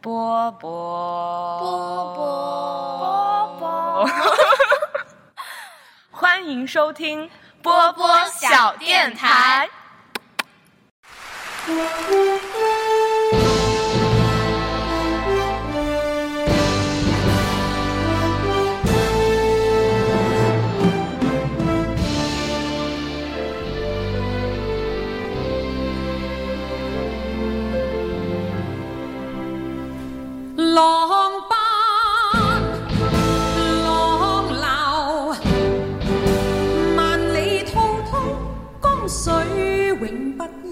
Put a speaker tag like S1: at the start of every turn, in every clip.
S1: 波波
S2: 波
S1: 波
S2: 波
S1: 波， 欢迎收听
S2: 波波小电台。
S3: 浪不浪流，萬里滔滔江水永不休，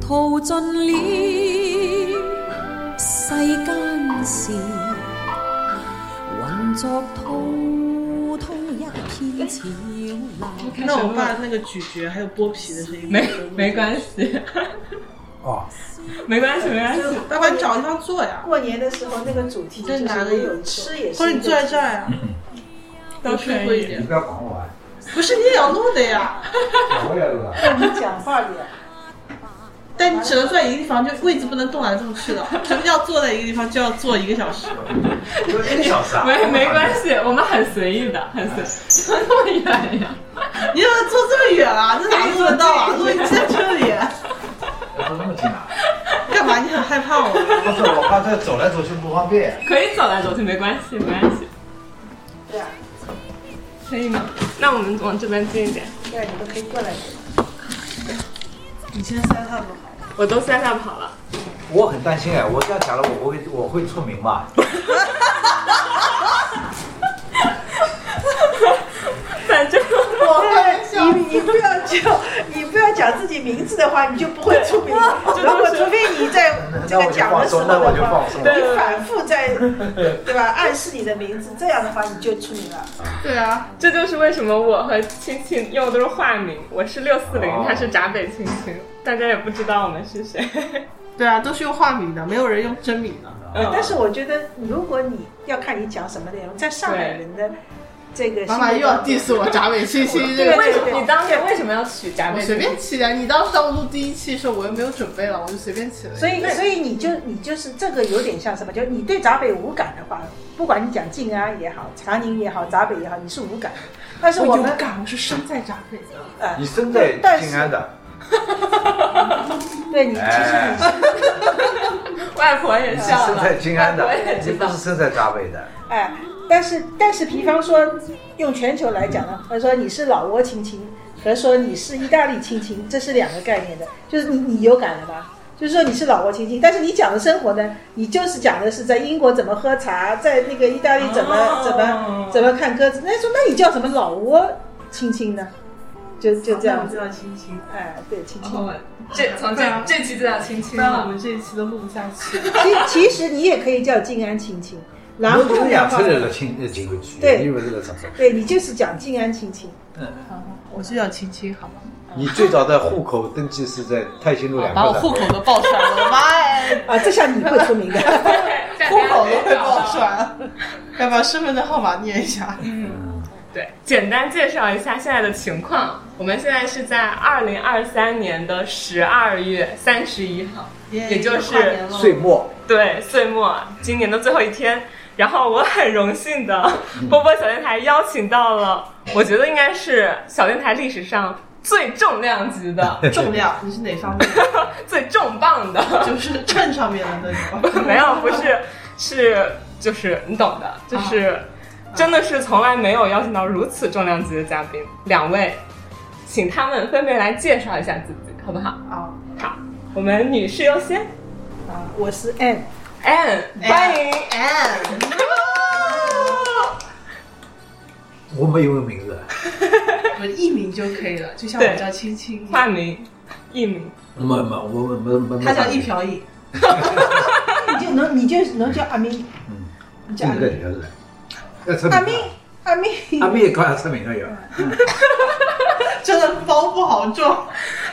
S3: 淘盡了世間事，混作滔滔一片潮流。
S4: 那我爸那个咀嚼还有剥皮的声音，
S5: 没没关系，
S6: 哦，
S5: 没关系，没关系。
S4: 爸爸你找地方坐呀，
S7: 过年的时候那个主题就
S4: 这
S7: 是
S4: 拿着
S7: 没有吃也是一个，嗯
S4: 或者你坐在这儿呀，
S5: 都
S4: 吃
S5: 可
S4: 过嗯一
S5: 以。
S6: 你
S4: 点，
S6: 不要管我啊，
S4: 不是你也要录的呀，
S6: 我也饿了。
S7: 你讲话的呀，
S4: 但你只能坐在一个地方，就位置不能动来动去的，什么叫坐在一个地方就要坐一个小时？
S6: 就一个小时啊，
S5: 没没关系，我们 很随意 的，很随。怎么那么远呀？
S4: 你怎么坐这么远啊？这哪录得到啊？录音机在这里，
S6: 我说那么近啊？
S4: 干嘛？你很害怕我吗？
S6: 不是，我怕这走来走去不方便。
S5: 可以走来走去，没关系，没关系，
S7: 对啊，
S5: 可以吗？那我们往这边近一点。
S7: 对啊，你都可以过来的。
S4: 你先塞他吧。
S5: 我都三下跑了，
S6: 我很担心哎，我这样讲了，我我会我会出名吧？
S5: 反正
S7: 我会，你你不要叫，你不要讲自己名字的话，你就不会出 名。如果除非你在这个讲的时候
S6: 那我就
S7: 的话
S6: 放，松了
S7: 你反复在，对吧？暗示你的名字，这样的话你就出名了。
S5: 对啊，这就是为什么我和青青用的都是化名，我是六四零
S6: 哦，
S5: 他是闸北青青，大家也不知道我们 是谁。
S4: 对啊，都是用化名的，没有人用真名的。
S5: 嗯
S7: 哎但是我觉得，如果你要看你讲什么内容，在上海人的这个
S8: 妈妈又要 diss 我闸北信息这个。
S5: 为什么你当时为什么要取闸
S8: 我
S5: 北？
S8: 随便起的，你当时当我录第一期的时候，我又没有准备了，我就随便起了。
S7: 所以，所以你就你就是这个有点像什么？就是你对闸北无感的话，不管你讲静安也好，长宁也好，闸北也好，你是无感的。但是我们
S5: 感，我是生在闸北的。
S7: 呃
S6: 你，身在
S7: 但是
S6: 静安的，
S7: 对你其实
S6: 哎
S7: 你是，
S5: 外婆也
S6: 你
S5: 笑了，
S6: 身在静安的
S5: 外婆也，
S6: 你
S5: 知
S6: 不
S5: 道
S6: 是。身在闸北的。
S7: 哎，但是但是，比方说用全球来讲呢，或者说你是老挝亲亲，和说你是意大利亲亲，这是两个概念的。就是你你有感了吧？就是说你是老挝亲亲，但是你讲的生活呢，你就是讲的是在英国怎么喝茶，在那个意大利怎么、怎么怎么看鸽子。那说那你叫什么老挝亲亲呢？就就这样
S4: 我知
S7: 子，
S4: 道亲亲，
S7: 哎，对，亲亲。
S5: 哦这从这、这期就叫亲亲
S4: 不然我
S5: 了。
S4: 们这一期都录不下去。
S7: 其其实你也可以叫静安亲亲，然后
S6: 我们
S7: 的
S6: 两
S7: 话
S6: 侧，的亲呃景区，
S7: 对
S6: 因为这个什么？
S7: 对你就是讲静安亲亲。
S4: 我就叫亲亲，好吗？
S6: 你最早的户口登记是在泰兴路两
S7: 哦
S8: 把我
S6: 个
S8: 户
S6: 站。
S8: 口都报出来了，我妈哎，
S7: 啊，这下你会出名的。
S8: 户口都会报出来了， 要不要身份证号码念一下？
S6: 嗯
S5: 对，简单介绍一下现在的情况。我们现在是在二零二三年的十二月三十一号， 也就是
S4: 跨年了
S6: 岁末，
S5: 对岁末，今年的最后一天。然后我很荣幸的，波波小电台邀请到了，我觉得应该是小电台历史上最重量级的、
S4: 重量，你是哪方面？
S5: 最重磅的，
S4: 就是秤上面的那种。
S5: 没有，不是，是就是你懂的，就是、真的是从来没有邀请到如此重量级的嘉宾，两位，请他们分别来介绍一下自己，好不好？
S4: 啊，
S5: 好，我们女士优先
S7: 啊，我是 Ann，
S5: ，Anne，欢迎
S4: And
S6: 我没有名字，
S4: 我艺名就可以了，就像
S5: 对
S4: 我叫青青一样，
S5: 化名、艺名，
S6: 没没我我没没没。
S4: 他叫一瓢饮，
S7: 你就能你就能叫阿明，
S6: 嗯，这个也是。要出
S7: 阿
S6: 名啊
S7: 明
S6: 了，阿
S7: 阿 明，
S6: 妹也搞要出名了要。
S4: 真的包袱好重。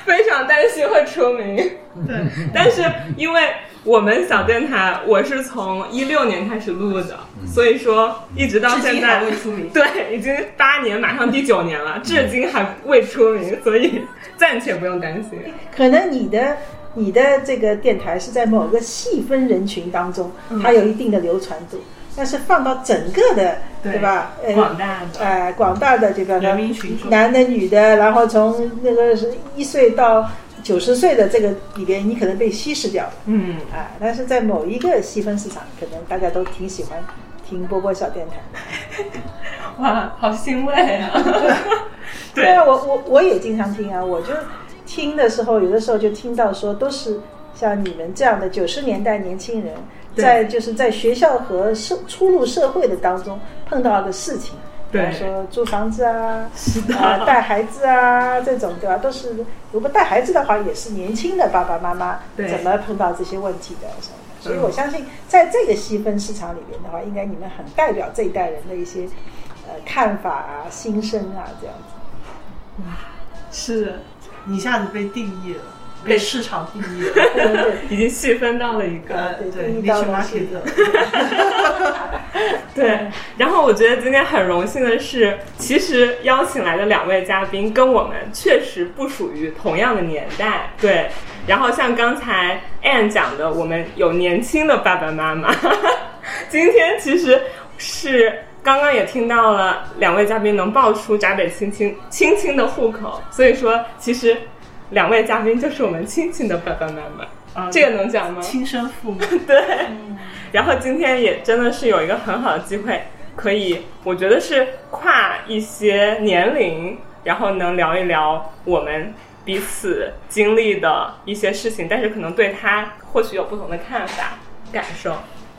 S5: 非常担心会出名。
S4: 嗯
S9: 对，
S5: 但是因为我们小电台，我是从一六年开始录的，所以说一直到
S4: 至
S5: 现
S4: 今还
S5: 在
S4: 未出名
S5: 对，已经八年，马上第九年了，至今还未出名，所以暂且不用担心。
S7: 可能你的你的这个电台是在某个细分人群当中，它有一定的流传度，但是放到整个的，对
S5: 对
S7: 吧？呃，
S5: 广大的
S7: 呃，广大的这个
S4: 人民群众
S7: 男的女的，然后从那个是一岁到九十岁的这个里边，你可能被稀释掉了
S5: 嗯，
S7: 啊。但是在某一个细分市场，可能大家都挺喜欢听波波小电台。
S5: 哇，好欣慰啊！
S7: 对啊，我我我也经常听啊，我就听的时候，有的时候就听到说，都是像你们这样的九十年代年轻人，
S5: 对
S7: 在就是在学校和社出入社会的当中碰到的事情，比
S5: 对
S7: 方说租房子啊，啊、带孩子啊这种，对吧？都是如果带孩子的话，也是年轻的爸爸妈妈
S5: 对嗯
S7: 怎么碰到这些问题的。什么的所以我相信，在这个细分市场里面的话，应该你们很代表这一代人的一些呃看法啊、心声啊这样 子。
S4: 是你一下子被定义了，被市场定义了。
S7: 对对对，
S5: 已经细分到了一个
S4: 呃，对，
S7: 定
S4: 你
S7: 义
S4: 去
S7: 到了是
S4: market 了。
S5: 对，然后我觉得今天很荣幸的是，其实邀请来的两位嘉宾跟我们确实不属于同样的年代。对，然后像刚才 Anne 讲的，我们有年轻的爸爸妈妈。 今天其实是刚刚也听到了两位嘉宾能爆出闸北青青青青的户口，所以说其实两位嘉宾就是我们亲亲的爸爸妈妈。
S4: 啊
S5: 这个能讲吗？
S4: 亲生父母，
S5: 对， 然后今天也真的是有一个很好的机会，可以我觉得是跨一些年龄，然后能聊一聊我们彼此经历的一些事情，但是可能对他或许有不同的看法、感受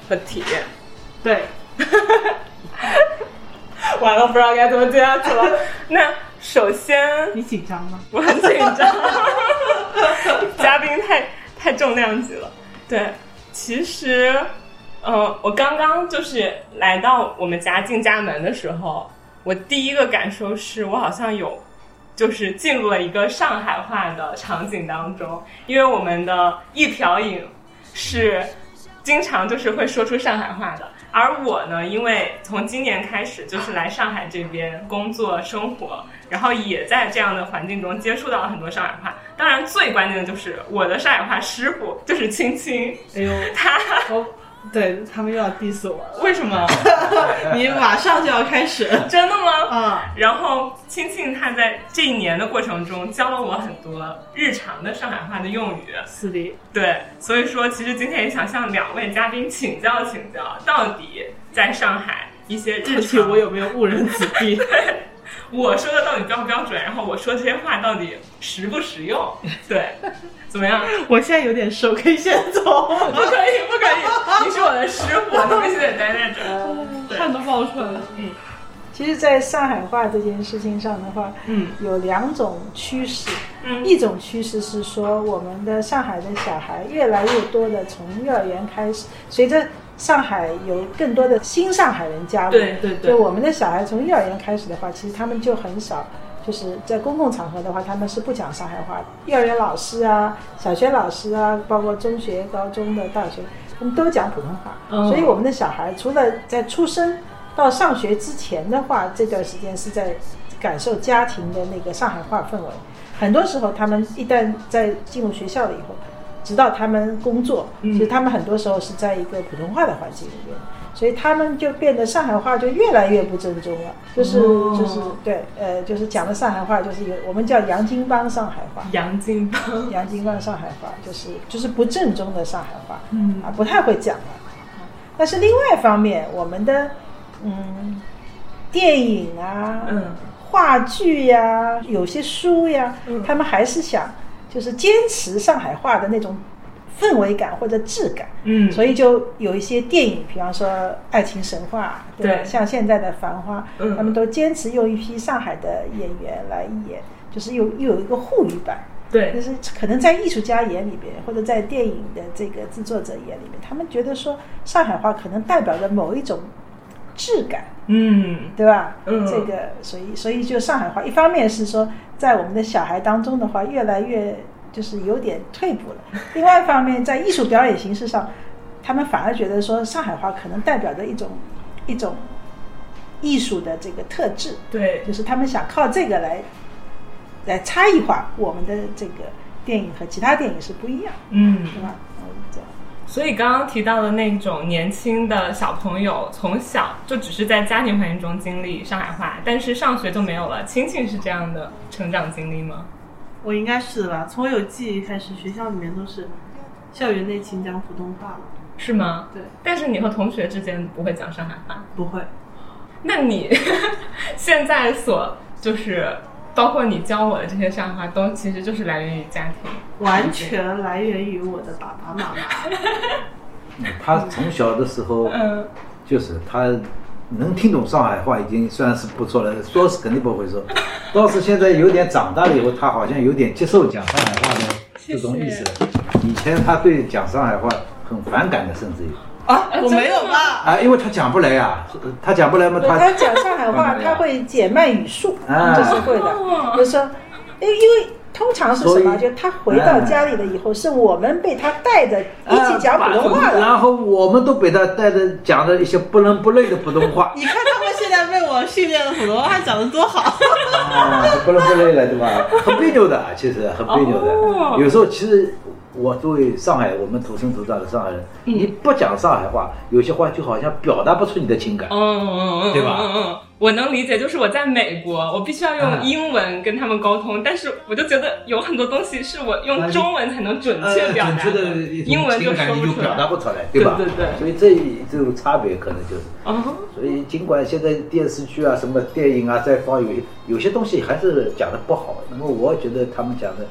S5: 和体验。
S4: 对，
S5: 完了，不知道该怎么接下去了。那首先
S4: 你紧张吗？
S5: 我很紧张， 嘉宾太太重量级了。对，其实，嗯、我刚刚就是来到我们家进家门的时候，我第一个感受是我好像有，就是进入了一个上海话的场景当中，因为我们的一瓢饮是经常就是会说出上海话的。而我呢，因为从今年开始就是来上海这边工作生活，然后也在这样的环境中接触到了很多上海话。当然，最关键的就是我的上海话师傅就是青青，
S4: 哎呦，
S5: 他
S4: 我对他们又要 diss 我了，
S5: 为什 么？
S4: 你马上就要开始。
S5: 真的吗？
S4: 啊，
S5: 然后青青他在这一年的过程中教了我很多日常的上海话的用语，
S4: 是的，
S5: 对，所以说其实今天也想向两位嘉宾请教请教，到底在上海一些
S4: 这
S5: 日
S4: 题
S5: 常
S4: 我有没有误人子弟？
S5: 我说的到底标不标准，然后我说这些话到底实不实用？ 对，怎么样？
S4: 我现在有点瘦，可以先 走。
S5: 不可以，不可以，你是我的师傅，你必须得待在这儿。
S4: 汗都冒出来了。嗯
S7: 其实，在上海话这件事情上的话，
S5: 嗯，
S7: 有两种趋势，
S5: 嗯
S7: 一种趋势是说，我们的上海的小孩越来越多的从幼儿园开始，随着上海有更多的新上海人加入，
S5: 对对对
S7: 就我们的小孩从幼儿园开始的话，其实他们就很少。就是在公共场合的话，他们是不讲上海话的。幼儿园老师啊、小学老师啊，包括中学、高中的、大学，他们都讲普通话。所以我们的小孩除了在出生到上学之前的话，这段时间是在感受家庭的那个上海话氛围。很多时候，他们一旦在进入学校了以后，直到他们工作，其实他们很多时候是在一个普通话的环境里面，所以他们就变得上海话就越来越不正宗了，就是、就是对，呃，就是讲的上海话就是有我们叫洋泾浜上海话，
S5: 杨金帮，
S7: 洋泾浜上海话，就是就是不正宗的上海话，嗯啊，不太会讲了。但是另外一方面，我们的嗯电影啊，
S5: 嗯，
S7: 话剧呀、有些书呀，他们还是想就是坚持上海话的那种氛围感或者质感，
S5: 嗯
S7: 所以就有一些电影，比方说《爱情神话》，吧
S5: 对
S7: 像现在的《繁花》，
S5: 嗯
S7: 他们都坚持用一批上海的演员来演，就是有又有一个沪语版。但
S5: 对，
S7: 是可能在艺术家眼里边，或者在电影的这个制作者眼里面，他们觉得说上海话可能代表着某一种质感，
S5: 嗯，
S7: 对吧？
S5: 嗯
S7: 这个所以所以就上海话，一方面是说在我们的小孩当中的话，越来越就是有点退 步了。另外一方面，在艺术表演形式上，他们反而觉得说上海话可能代表着一种一种艺术的这个特质，
S5: 对
S7: 就是他们想靠这个来来差异化我们的这个电影和其他电影是不一样，
S5: 嗯
S7: 对吧？嗯，这样。
S5: 所以刚刚提到的那种年轻的小朋友，从小就只是在家庭环境中经历上海话，但是上学就没有了。青青是这样的成长经历吗？
S4: 我应该是的吧？从我有记忆开始，学校里面都是校园内请讲普通话，
S5: 是吗？
S4: 对。
S5: 但是你和同学之间不会讲上海话，
S4: 不会。
S5: 那你现在所就是包括你教我的这些上海话，都其实就是来源于家庭。
S4: 完全来源于我的爸爸妈 妈。
S7: 嗯
S6: 他从小的时候，
S5: 嗯，
S6: 就是他能听懂上海话已经算是不错了，说是肯定不会说，倒是现在有点长大了以后，他好像有点接受讲上海话的这种意识了。以前他对讲上海话很反感的，甚至有
S4: 啊，我没有吧？，
S6: 啊，因为他讲不来呀、呃他讲不来嘛，他
S7: 他讲上海话，他会减慢语速，这是会的。
S5: 哦
S7: 就说，因为因为通常是什么？就他回到家里了以后，是我们被他带着一
S6: 啊
S7: 起讲普通话了。
S6: 然后我们都被他带着讲的一些不伦不类的普通话
S4: 你看他们现在被我训练的普通话讲的多好。
S6: 啊，不伦不类了，对 吧？很别扭的，其实很别扭的。
S5: 哦
S6: 有时候其实我作为上海，我们土生土长的上海人，
S5: 嗯
S6: 你不讲上海话，有些话就好像表达不出你的情感。
S5: 嗯嗯嗯，
S6: 对吧
S5: 嗯嗯，我能理解，就是我在美国，我必须要用
S6: 嗯
S5: 英文跟他们沟通，但是我就觉得有很多东西是我用
S6: 嗯
S5: 中文才能准
S6: 呃
S5: 确表达
S6: 准确的
S5: 英文就
S6: 情感
S5: 说
S6: 你就
S5: 不出
S6: 表达
S5: 来。
S6: 不出来，吧？
S5: 对对对
S6: 所以这这种差别可能就是，
S5: 哦，
S6: 所以尽管现在电视剧啊、什么电影啊在放，有些有些东西还是讲的不好，因为我觉得他们讲的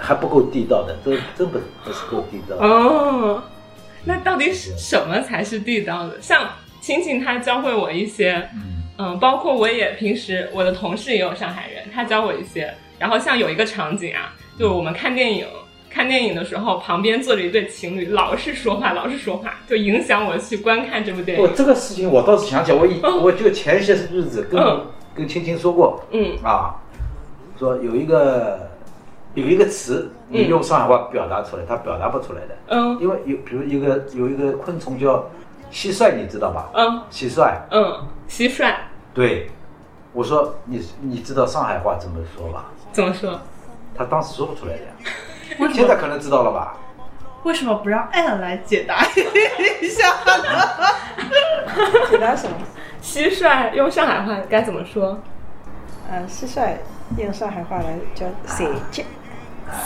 S6: 还不够地道的，真真不不是够地道的。
S5: 哦，那到底是什么才是地道的？像晴晴她教会我一些，嗯，包括我也平时我的同事也有上海人，他教我一些。然后像有一个场景啊，就是我们看电影，看电影的时候旁边坐着一对情侣，老是说话，老是说话，就影响我去观看这部电
S6: 我
S5: 影。
S6: 这个事情我倒是想起来，我以我就前些日子跟
S5: 嗯
S6: 跟青青说过，
S5: 嗯
S6: 啊，说有一个有一个词，你用上海话表达出来，他表达不出来的，
S5: 嗯
S6: 因为有比如一个有一个昆虫叫蟋蟀，你知道吧？
S5: 嗯
S6: 蟋蟀，
S5: 嗯，蟋蟀
S6: 对，我说你你知道上海话怎么说吧？
S5: 怎么说？
S6: 他当时说不出来的呀，现在可能知道了吧？
S4: 为什么不让艾伦来解 答一下呢？
S7: 解答什么？
S5: 蟋蟀用上海话该怎么说？
S7: 呃，蟋蟀用上海话来叫谁接？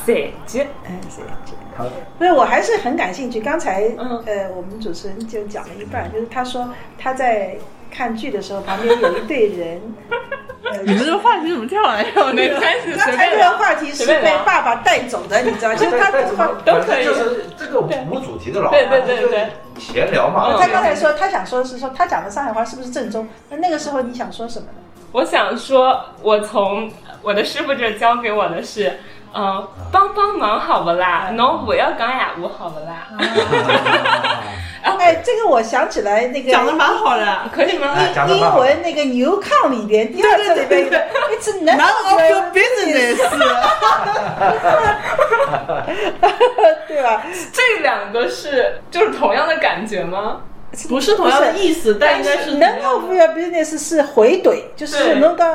S5: 塞接
S7: 嗯，谁接？
S6: 他
S7: 不是，我还是很感兴趣。刚才、
S5: 嗯
S7: 呃，我们主持人就讲了一半，就是他说他在看剧的时候，旁边有一队人，呃，
S4: 你们这个话题怎么跳来跳
S5: 没
S4: 去？
S5: 关 系，
S7: 刚
S5: 随
S7: 才这个
S5: 便聊。
S7: 话题是
S5: 随便
S7: 被
S5: 聊
S7: 爸爸带走的，你知道吗？就是他
S6: 但怎么
S7: 他
S5: 都可
S6: 反
S5: 以
S6: 正就是这个无主题的老
S5: 对对对对嗯对，
S6: 闲聊嘛。
S7: 他刚才说他想说的是说他讲的上海话是不是正宗？那那个时候你想说什么呢？
S5: 我想说，我从我的师傅这教给我的是，嗯、帮帮忙好不啦？侬不要讲哑巴好不啦？
S7: 哎，这个我想起来那个
S4: 啊讲的蛮好的。
S5: 可以吗？
S6: 哎讲得蛮
S7: 英
S6: 好
S7: 文那个牛抗里边第二册里边有个 It's none
S4: None of your
S7: of
S4: business。
S7: your 对吧？
S5: 这两个是就是同样的感觉吗？
S4: 不是同样的意思，但应该是
S7: none of your business 是回怼，就是
S5: 对
S7: 弄到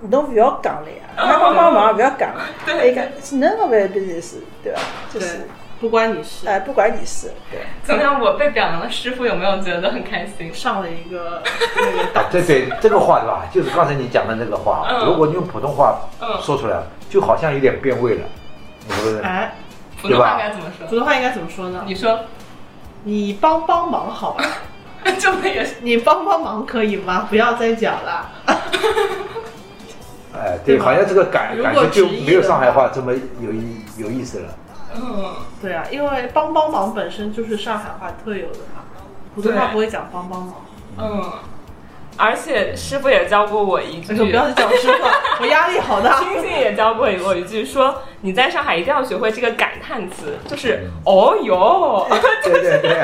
S7: 你都不要讲了呀，
S4: 哦
S7: 他帮帮忙不要讲了，
S5: 对
S7: 一个是 none of your business，对吧？就是
S4: 对，不关你事。
S7: 哎，不管你是对。
S5: 怎么样？我被表扬了，师傅有没有觉得很开心？
S4: 上了一个那个档，
S6: 哎对对，这个话对吧？就是刚才你讲的那个话，
S5: 嗯
S6: 如果你用普通话
S5: 嗯
S6: 说出来，就好像有点变味了，你说是？
S4: 哎，
S5: 普通话该怎么
S4: 普
S5: 说？
S4: 通话应该怎么说呢？
S5: 你说，
S4: 你帮帮忙好吧？
S5: 这不也是？
S4: 你帮帮忙可以吗？不要再讲了。
S6: 哎，对，
S4: 对吧
S6: 好像这个感
S4: 如
S6: 感
S4: 果
S6: 觉就
S4: 直译
S6: 没有
S4: 的
S6: 上海
S4: 话
S6: 话这么有意有意思了。
S5: 嗯，
S4: 对啊，因为帮帮忙本身就是上海话特有的嘛，普通话
S5: 对
S4: 不会讲帮帮忙。
S5: 嗯，哎而且师傅也教过我一
S4: 你
S5: 句，
S4: 哎说不要再讲实话，我压力好大。
S5: 星星也教过我一句说，你在上海一定要学会这个感叹词，就是哦哟，
S6: 对对对，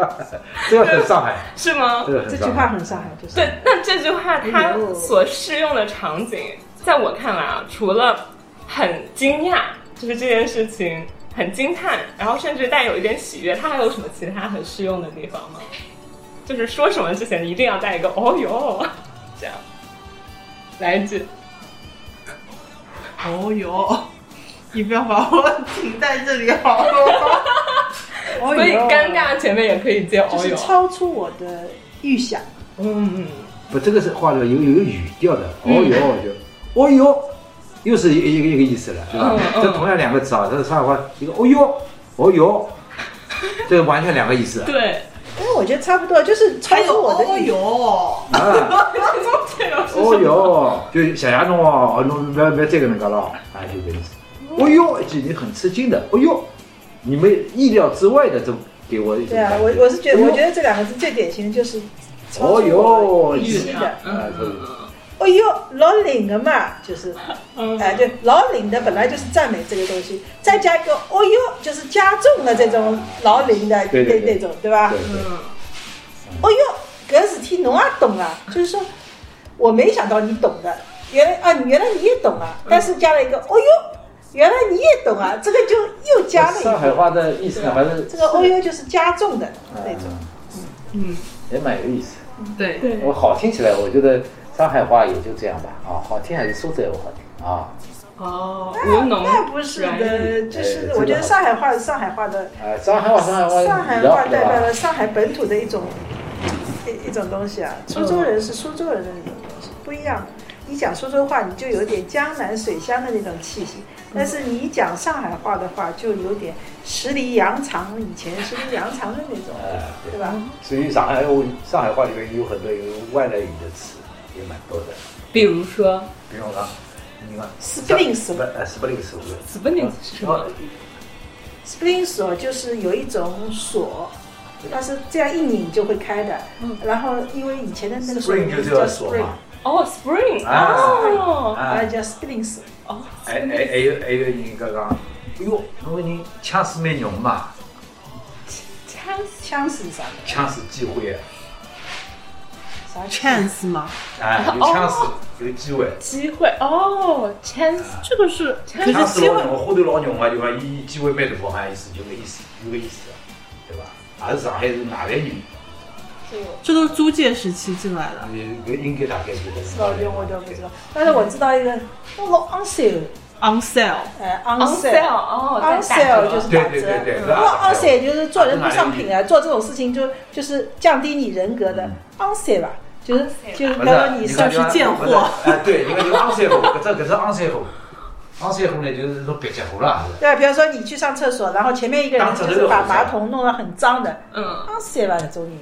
S6: 这个很上海，
S5: 是吗
S6: 这？个很
S7: 这
S6: 上海。
S7: 哎 句话很上海，就是
S5: 对，那这句话它
S7: 哎呦
S5: 所适用的场景在我看来啊，除了很惊讶，就是这件事情很惊叹，然后甚至带有一点喜悦，它还有什么其他很适用的地方吗？就是说什么之前一定要带一个“哦哟”这样，来一句。
S4: 哦哟，你不要把我停在这里好吗？
S7: 所
S5: 所以尴尬前面也可以接“
S7: 哦就
S5: 哦
S7: 是
S5: 哟
S7: 超出我的预想。”。
S5: 嗯，
S6: 不，这个是话里有有有语调的，哦哟就，哦哟，又是一个一个一个意思了，对吧
S5: 嗯？嗯
S6: 这同样两个字啊，这个上海话一个哦哟，哦哟，这完全两个意思啊。
S5: 对，
S7: 因为我觉得差不多，就是超出哎我
S5: 哦
S7: 的预
S4: 哟，
S6: 啊哦哟，就小丫头哦，侬不要不要这个那个了，啊，就这个意思。哦哟，就你很吃惊的，哦哟，你们意料之外的，这给我一种
S7: 对啊，
S6: 感
S7: 我我是
S5: 哎
S7: 觉得，我
S6: 哦
S7: 觉
S6: 哟
S7: 得这两个字最典型的就是超
S6: 哦
S7: 出我
S6: 哟，
S7: 的预
S5: 是
S7: 期
S5: 的
S7: 的。
S6: 啊，这个
S7: 哎呦，老领的嘛，就是，
S5: 嗯
S7: 哎，对，老领的本来就是赞美这个东西，再加一个哦哟，就是加重了这种老领的
S6: 对对对
S7: 那种，对吧？
S6: 对对。
S7: 哦哟，搿事体侬也懂啊，就是说我没想到你懂的，原来啊，你原来你也懂啊，但是加了一个哦哟，原来你也懂啊，这个就又加了一
S6: 上海
S7: 个，
S6: 话的意思呢，还是
S7: 这个哦哟就是加重的那种。
S6: 嗯，也蛮有意思。
S5: 对，
S6: 我好听起来，我觉得上海话也就这样吧，啊，好听还是苏州话好听啊，
S5: 哦，吴侬
S7: 那不是
S5: 软语
S7: 的，就是我觉得上海话有上海话的，
S6: 啊，上海话，上海话，啊
S7: 上海
S6: 比较
S7: 话代表
S6: 对
S7: 了
S6: 吧
S7: 上海本土的一种一一种东西啊。苏州人是苏州人的那种东西，不一样。你讲苏州话，你就有点江南水乡的那种气息；但是你一讲上海话的话，就有点十里洋场，以前十里洋场的那种，
S6: 哎，
S7: 对吧？
S6: 对，所以上海话，上海话里面有很多有外来语的词，也蛮多的，
S5: 比如说
S6: 比方说，你看，
S7: Spring
S6: 斯不，呃，斯不林斯不是，
S5: s p i n i n 是什么？
S7: spring 锁就是有一种锁，它是这样一拧就会开的。然后因为以前的那个锁
S6: 嗯 spring
S7: 名
S6: 就
S7: 字
S6: 是
S7: 叫
S6: 要锁
S7: spring，
S6: 嘛，
S5: 哦，spring，
S6: 啊
S5: 哦，
S7: 啊
S6: 啊，
S7: 叫 spring 锁。
S6: 还还还有还有人哎刚刚，哎呦，侬个人腔势蛮浓嘛，
S5: 掐死
S7: 枪是啥的？
S6: 腔势机会啊。
S7: 啥
S4: chance 吗？
S6: 啊，有枪死，有机会。
S5: 机会哦，chance，这个是
S6: 枪
S5: ，chance
S6: 死老牛，花头老牛啊，对伐？伊机会蛮大啊，意思有个意思，有个意思，啊对伐？也是上海是外来人，
S4: 这都是租界时期进来的，
S6: 搿应该大概就是
S7: 老用我就不知道，但是我知道一个，那老 on sale，
S4: on sale，
S7: 呃
S5: on
S7: on
S5: sale，
S7: sale。
S5: 哦
S7: on
S5: 在打
S7: sale
S5: 折
S7: 就是打折，
S6: 对对对对
S7: 不过 on
S6: 是
S7: sale 就是做人不上品啊，做这种事情就就是降低你人格的 on sale 吧，就是就是
S6: 嗯不
S7: 刚刚你
S6: 是，啊
S7: 上
S4: 算
S6: 看
S4: 是贱货
S6: 不哎，对，你看就是昂山货，搿只搿是昂山货，昂山货呢就是种蹩脚货啦，是
S7: 对，比方说你去上厕所，然后前面一个人就是把马桶弄得很脏的
S5: 嗯，
S7: ，on sale 吧，这种人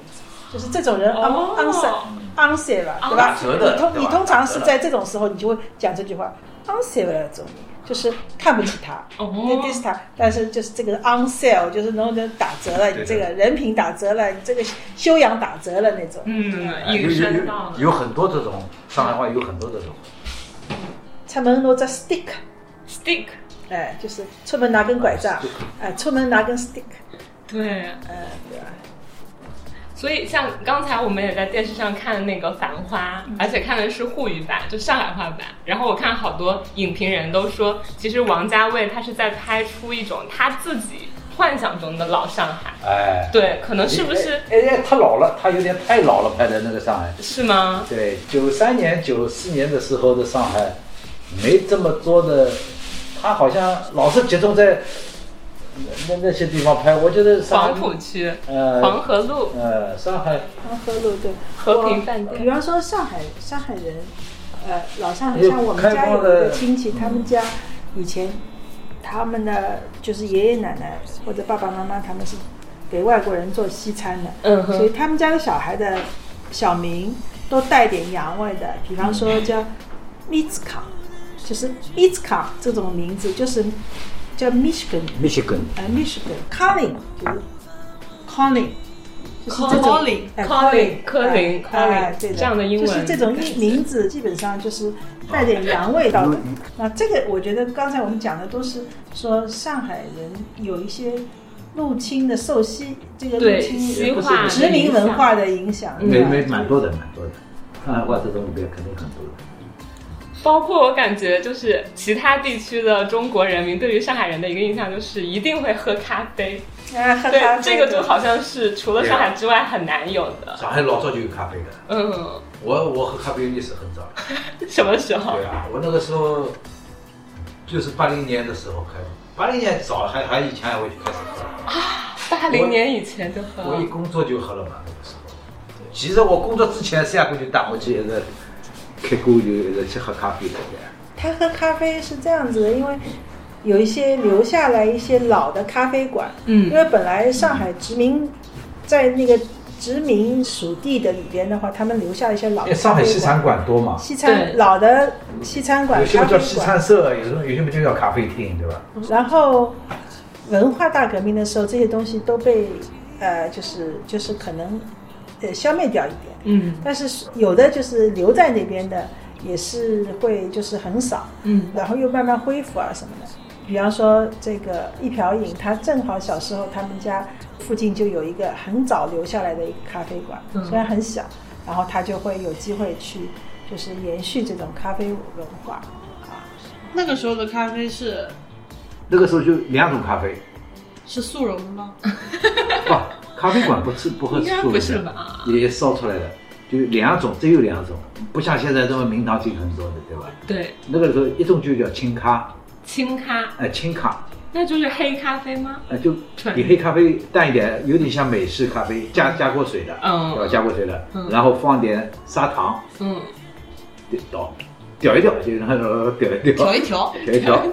S7: 就是这种人 on
S5: 哦
S7: on sale on sale 吧，对吧？
S6: 打折的
S7: 你通
S6: 对吧
S7: 你通常是在这种时候，你就会讲这句话 on sale 吧，这种人就是看不起他。
S5: 哦
S7: 对 diss 他，但是就是这个 on sale，就是能能打折了，你
S6: 对
S7: 这个人品打折了，你这个修养打折了那种。
S5: 嗯，
S6: 哎有
S5: 引
S6: 有
S5: 申
S6: 有
S5: 到了
S6: 有很多这种上海话有很多这种，
S7: 出门拿只 stick，
S5: stick，
S7: 哎，就是出门拿根拐
S6: 啊
S7: 杖，哎，出门拿根 stick，
S5: 对，
S7: 哎，对吧？
S5: 所以像刚才我们也在电视上看那个《繁花》，而且看的是沪语版，就上海话版。然后我看好多影评人都说，其实王家卫他是在拍出一种他自己幻想中的老上海。
S6: 哎，
S5: 对，可能是不是
S6: 哎？哎哎，他老了，他有点太老了，拍的那个上海。
S5: 是吗？
S6: 对，九三年、九四年的时候的上海，没这么多的，他好像老是集中在那那那些地方拍。我觉得上海
S5: 黄浦区、黄
S6: 呃
S5: 河路、
S6: 呃上海
S7: 黄河路对，
S5: 和平饭
S7: 比
S5: 店。
S7: 方说上海上海人，呃，老上海
S6: 有
S7: 像我们
S6: 开
S7: 家
S6: 放
S7: 有一个
S6: 的
S7: 亲戚，他们家以前他们的就是爷爷奶奶或者爸爸妈妈他们是给外国人做西餐的，
S5: 嗯哼
S7: 所以他们家的小孩的小名都带点洋味的，比方说叫 Mitska，就是 Mitska 这种名字就是叫 Michigan，
S6: 密歇根
S7: 呃 Michigan Colin 就是 Colin。就是这种
S4: Colin
S7: 哎
S5: Colin，
S7: 科林
S5: Colin，
S7: 科林
S5: Colin，
S7: 对的
S5: 这样的英文
S7: 就是这种英名字基本上就是带点洋味道的
S6: 嗯。
S7: 那这个我觉得刚才我们讲的都是说上海人有一些入侵的受西这
S6: 呃
S7: 个入
S5: 对，
S7: 侵
S5: 西化的
S7: 殖民文化
S5: 影响，
S7: 的影响，
S6: 没
S7: 对吧
S6: 啊没蛮多的蛮多的，上海话这种里边肯定很多的。
S5: 包括我感觉就是其他地区的中国人民对于上海人的一个印象就是一定会喝咖啡，
S7: 啊，喝
S5: 对
S7: 咖啡
S5: 这个就好像是除了上海之外很难有的。
S6: 上海老早就有咖啡的，
S5: 嗯，
S6: 我我喝咖啡历史很早了。
S5: 什么时候
S6: 对？啊，我那个时候就是八零年的时候开始，八零年早还还以前我就开始喝了，
S5: 八零年以前就喝
S6: 我
S5: 了
S6: 一。工作就喝了嘛那个时候。其实我工作之前，三亚就带我去一个开锅就一直去喝咖啡的。
S7: 他喝咖啡是这样子的，因为有一些留下来一些老的咖啡馆，
S5: 嗯
S7: 因为本来上海殖民在那个殖民属地的里边的话，他们留下了一些
S6: 因
S7: 老的
S6: 为哎上海西
S7: 咖啡
S6: 餐馆多嘛
S7: 馆，西餐
S5: 对
S7: 老的西餐馆、
S6: 有些
S7: 咖
S6: 不
S7: 啡
S6: 叫西
S7: 馆，
S6: 餐社，有什么有些不就叫咖啡厅，对吧？
S7: 然后文化大革命的时候，这些东西都被呃，就是就是可能呃消灭掉一点。
S5: 嗯
S7: 但是有的就是留在那边的，也是会就是很少，
S5: 嗯，
S7: 然后又慢慢恢复啊什么的。比方说这个一瓢饮，它正好小时候他们家附近就有一个很早留下来的一个咖啡馆，
S5: 嗯
S7: 虽然很小，然后他就会有机会去就是延续这种咖啡文化。
S4: 那个时候的咖啡是
S6: 那个时候就两种咖啡，
S4: 是速溶的吗？
S6: 不，咖啡馆不吃不喝
S5: 应该
S6: 素
S5: 不
S6: 的，
S5: 是吧？
S6: 也烧出来的，就两种，只有两种，不像现在这么名堂挺很多的，对吧？
S5: 对，
S6: 那个时候一种就叫清咖，
S5: 清咖，
S6: 哎、清咖，
S5: 那就是黑咖啡吗？
S6: 哎、就比黑咖啡淡一点，有点像美式咖啡，加加过水的，
S5: 嗯
S6: 对吧？加过水的，
S5: 嗯
S6: 然后放点砂糖，
S5: 嗯，
S6: 对倒，调一调，就然 后调一调，
S4: 一调，
S6: 调一调，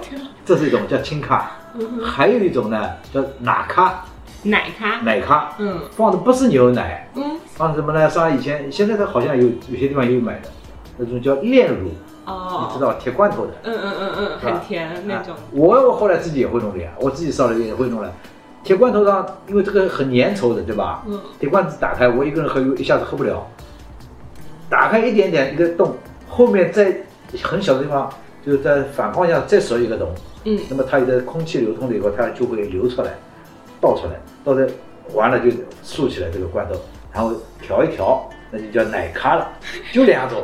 S6: 这是一种叫清咖，
S5: 嗯
S6: 还有一种呢叫奶咖，
S5: 奶咖，
S6: 奶咖，
S5: 嗯
S6: 放的不是牛奶，
S5: 嗯，
S6: 放什么呢？像以前现在它好像有有些地方也有买的，那种叫炼乳，你知
S5: 哦，
S6: 道铁罐头的。
S5: 嗯嗯嗯嗯，
S6: 是吧
S5: 很甜那种
S6: 啊。我我后来自己也会弄的呀，我自己烧的也会弄了。铁罐头上，因为这个很粘稠的，对吧？
S5: 嗯。
S6: 铁罐子打开，我一个人喝一下子喝不了，打开一点点一个洞，后面再很小的地方，就是在反方向再烧一个洞，
S5: 嗯
S6: 那么它的空气流通了以后，它就会流出来，倒出来，倒在完了就竖起来这个罐头，然后调一调，那就叫奶咖了，就两种，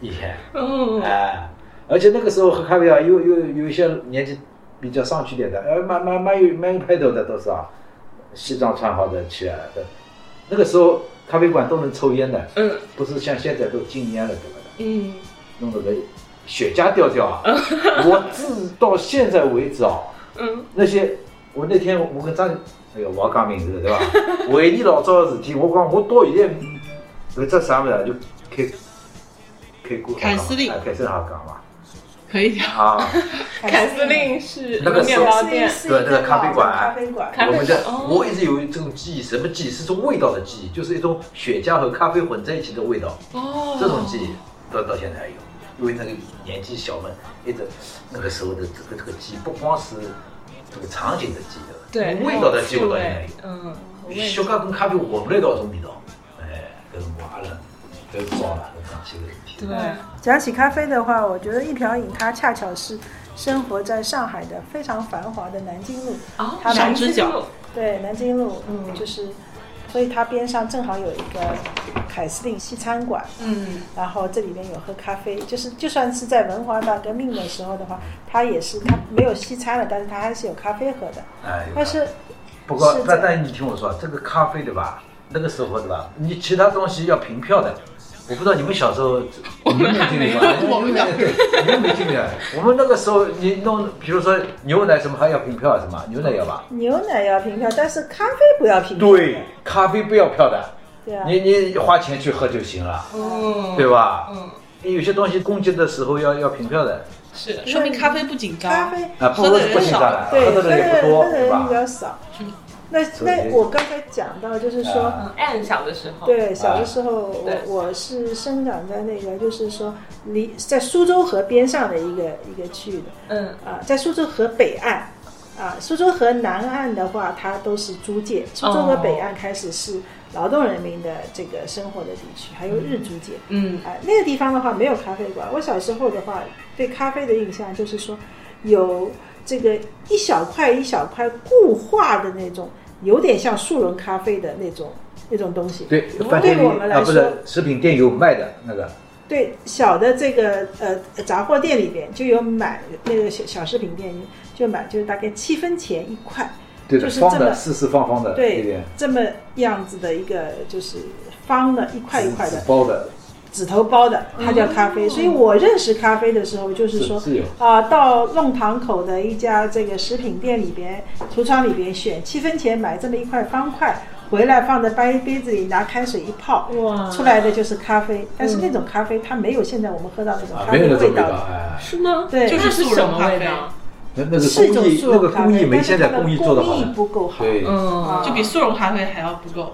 S6: 以前。
S5: 嗯，
S6: 哎，而且那个时候喝咖啡啊，有有有一些年纪比较上去点的，哎，蛮蛮蛮有蛮有派头的都是啊，西装穿好的去啊的。那个时候咖啡馆都能抽烟的，
S5: 嗯
S6: 不是像现在都禁烟了，对吧？
S5: 嗯，
S6: 弄得个雪茄调调啊！我自到现在为止啊，
S5: 嗯，
S6: 那些我那天我跟张，哎呦，我讲名字对吧？ 回忆老早的事体，我讲我到现在，有只啥物事啊就开开过
S4: 凯司令
S6: 哎凯司令好讲嘛。
S4: 可以调。
S6: 啊，
S5: 凯司令是
S6: 那个
S5: 面包店，
S7: 是
S6: 对那个咖啡馆
S7: 咖啡馆，
S5: 咖啡
S6: 我们的
S5: 哦
S6: 我一直有这种记忆，什么记忆？是种味道的记忆，就是一种雪茄和咖啡混在一起的味道，
S5: 哦
S6: 这种记忆到到现在还有。因为那个年纪小嘛，一直那个时候的这个这个记忆，不光是这个场景的记忆，
S5: 对
S6: 味道的记忆
S5: 还
S6: 我
S5: 有
S6: 到
S5: 气
S6: 现在有。
S5: 味嗯，口味
S6: 雪茄跟咖啡混在一道种味道，哎，搿是麻了，搿是糟了，搿长期的问题。
S5: 对，
S7: 讲起咖啡的话，我觉得一瓢饮它恰巧是生活在上海的非常繁华的南京路，
S5: 哦
S7: 它
S4: 上
S7: 南
S4: 只角，
S7: 对南京路，嗯，就是，所以它边上正好有一个凯司令西餐馆，
S5: 嗯，
S7: 然后这里面有喝咖啡，就是就算是在文化大革命的时候的话，它也是它没有西餐了，但是它还是有咖啡喝的，
S6: 哎，有了
S7: 但是
S6: 不过
S7: 是，
S6: 但
S7: 的
S6: 但你听我说，这个咖啡对吧？那个时候对吧？你其他东西要凭票的。我不知道你们小时候，你们没经历过， 我们你们没经历啊。我们那个时候，你弄，比如说牛奶什么还要凭票是吗？牛奶要吧？
S7: 牛奶要凭票，但是咖啡不要凭票，
S6: 对，咖啡不要票的，
S7: 对啊，
S6: 你你花钱去喝就行了，
S5: 嗯，
S6: 对吧？
S5: 嗯，
S6: 有些东西供给的时候要要凭票的
S5: 是，
S4: 说明咖啡不紧
S7: 咖
S4: 张。
S7: 啡
S6: 啊，不
S4: 喝的人
S6: 不紧张的，啊
S7: 对，
S6: 喝
S7: 喝
S6: 的
S7: 的
S6: 人也不多，
S7: 喝的
S6: 对
S7: 人
S6: 吧啊
S7: 比？较少。那
S6: 所以
S7: 那我刚才讲到，就是说，
S6: 啊
S5: 按小的时候，
S7: 对，小的时候
S5: 对
S7: 我我是生长在那个，就是说离在苏州河边上的一个一个区域的
S5: 嗯
S7: 啊，在苏州河北岸啊，苏州河南岸的话，它都是租界，苏州河北岸开始是劳动人民的这个生活的地区，还有日租界。
S5: 嗯
S7: 啊，那个地方的话没有咖啡馆。我小时候的话，对咖啡的印象就是说，有这个一小块一小块固化的那种，有点像速溶咖啡的那种那种东西。
S6: 对，
S7: 对
S6: 饭店
S7: 我们
S6: 里
S7: 来
S6: 啊，不
S7: 说，
S6: 是食品店有卖的那个，
S7: 对小的这个呃杂货店里边就有买那个小小饰品店就买，就是大概七分钱一块，
S6: 对
S7: 就
S6: 的，
S7: 是
S6: 方
S7: 这么
S6: 的，四四方方的，对
S7: 对
S6: 点，，
S7: 这么样子的一个就是方的，一块一块
S6: 纸
S7: 的，
S6: 包的，
S7: 指头包的，它叫咖啡。所以我认识咖啡的时候，就是说
S6: 是是有
S7: 啊、到弄堂口的一家这个食品店里边、橱窗里边选七分钱买这么一块方块，回来放在杯杯子里拿开水一泡，
S4: 哇
S7: 出来的就是咖啡。但是那种咖啡它没有现在我们喝到那种
S6: 啊，
S7: 咖
S6: 没
S7: 啡
S6: 有那
S7: 味
S6: 种味道，
S7: 道的，
S6: 哎，
S4: 是吗？
S7: 对
S4: 就
S7: 它
S4: 是
S5: 是
S4: 什么
S5: 速溶咖啡
S4: 味道？
S6: 那那个
S7: 是一
S6: 工
S7: 种
S6: 艺，
S7: 速
S6: 那
S7: 溶
S6: 个
S7: 咖
S6: 工艺
S7: 啡，
S6: 没
S7: 但是
S6: 现
S7: 它
S6: 在
S7: 的
S6: 工艺做的好
S7: 工艺
S6: 了，
S7: 不够好。
S6: 对，
S5: 嗯，
S7: 啊
S4: 就比速溶咖啡还要不够。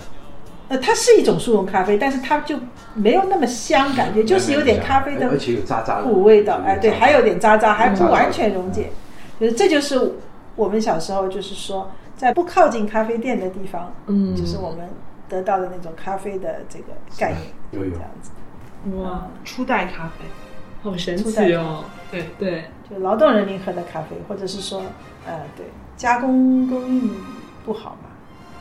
S7: 呃，它是一种速溶咖啡，但是它就没有那么香，感觉就是有点咖啡的
S6: 而且有渣渣的
S7: 苦味道，哎，对，还有点渣渣，还不
S6: 嗯
S7: 完全溶解，就是这就是我们小时候就是说，在不靠近咖啡店的地方，
S5: 嗯
S7: 就是我们得到的那种咖啡的这个概念，
S6: 有有
S7: 这样子，
S4: 哇，
S7: 嗯
S4: 初代咖啡，
S5: 好神
S7: 初代
S5: 奇哦，
S4: 对，
S5: 对，
S7: 就劳动人民喝的咖啡，或者是说，呃，对，加工工艺不好嘛，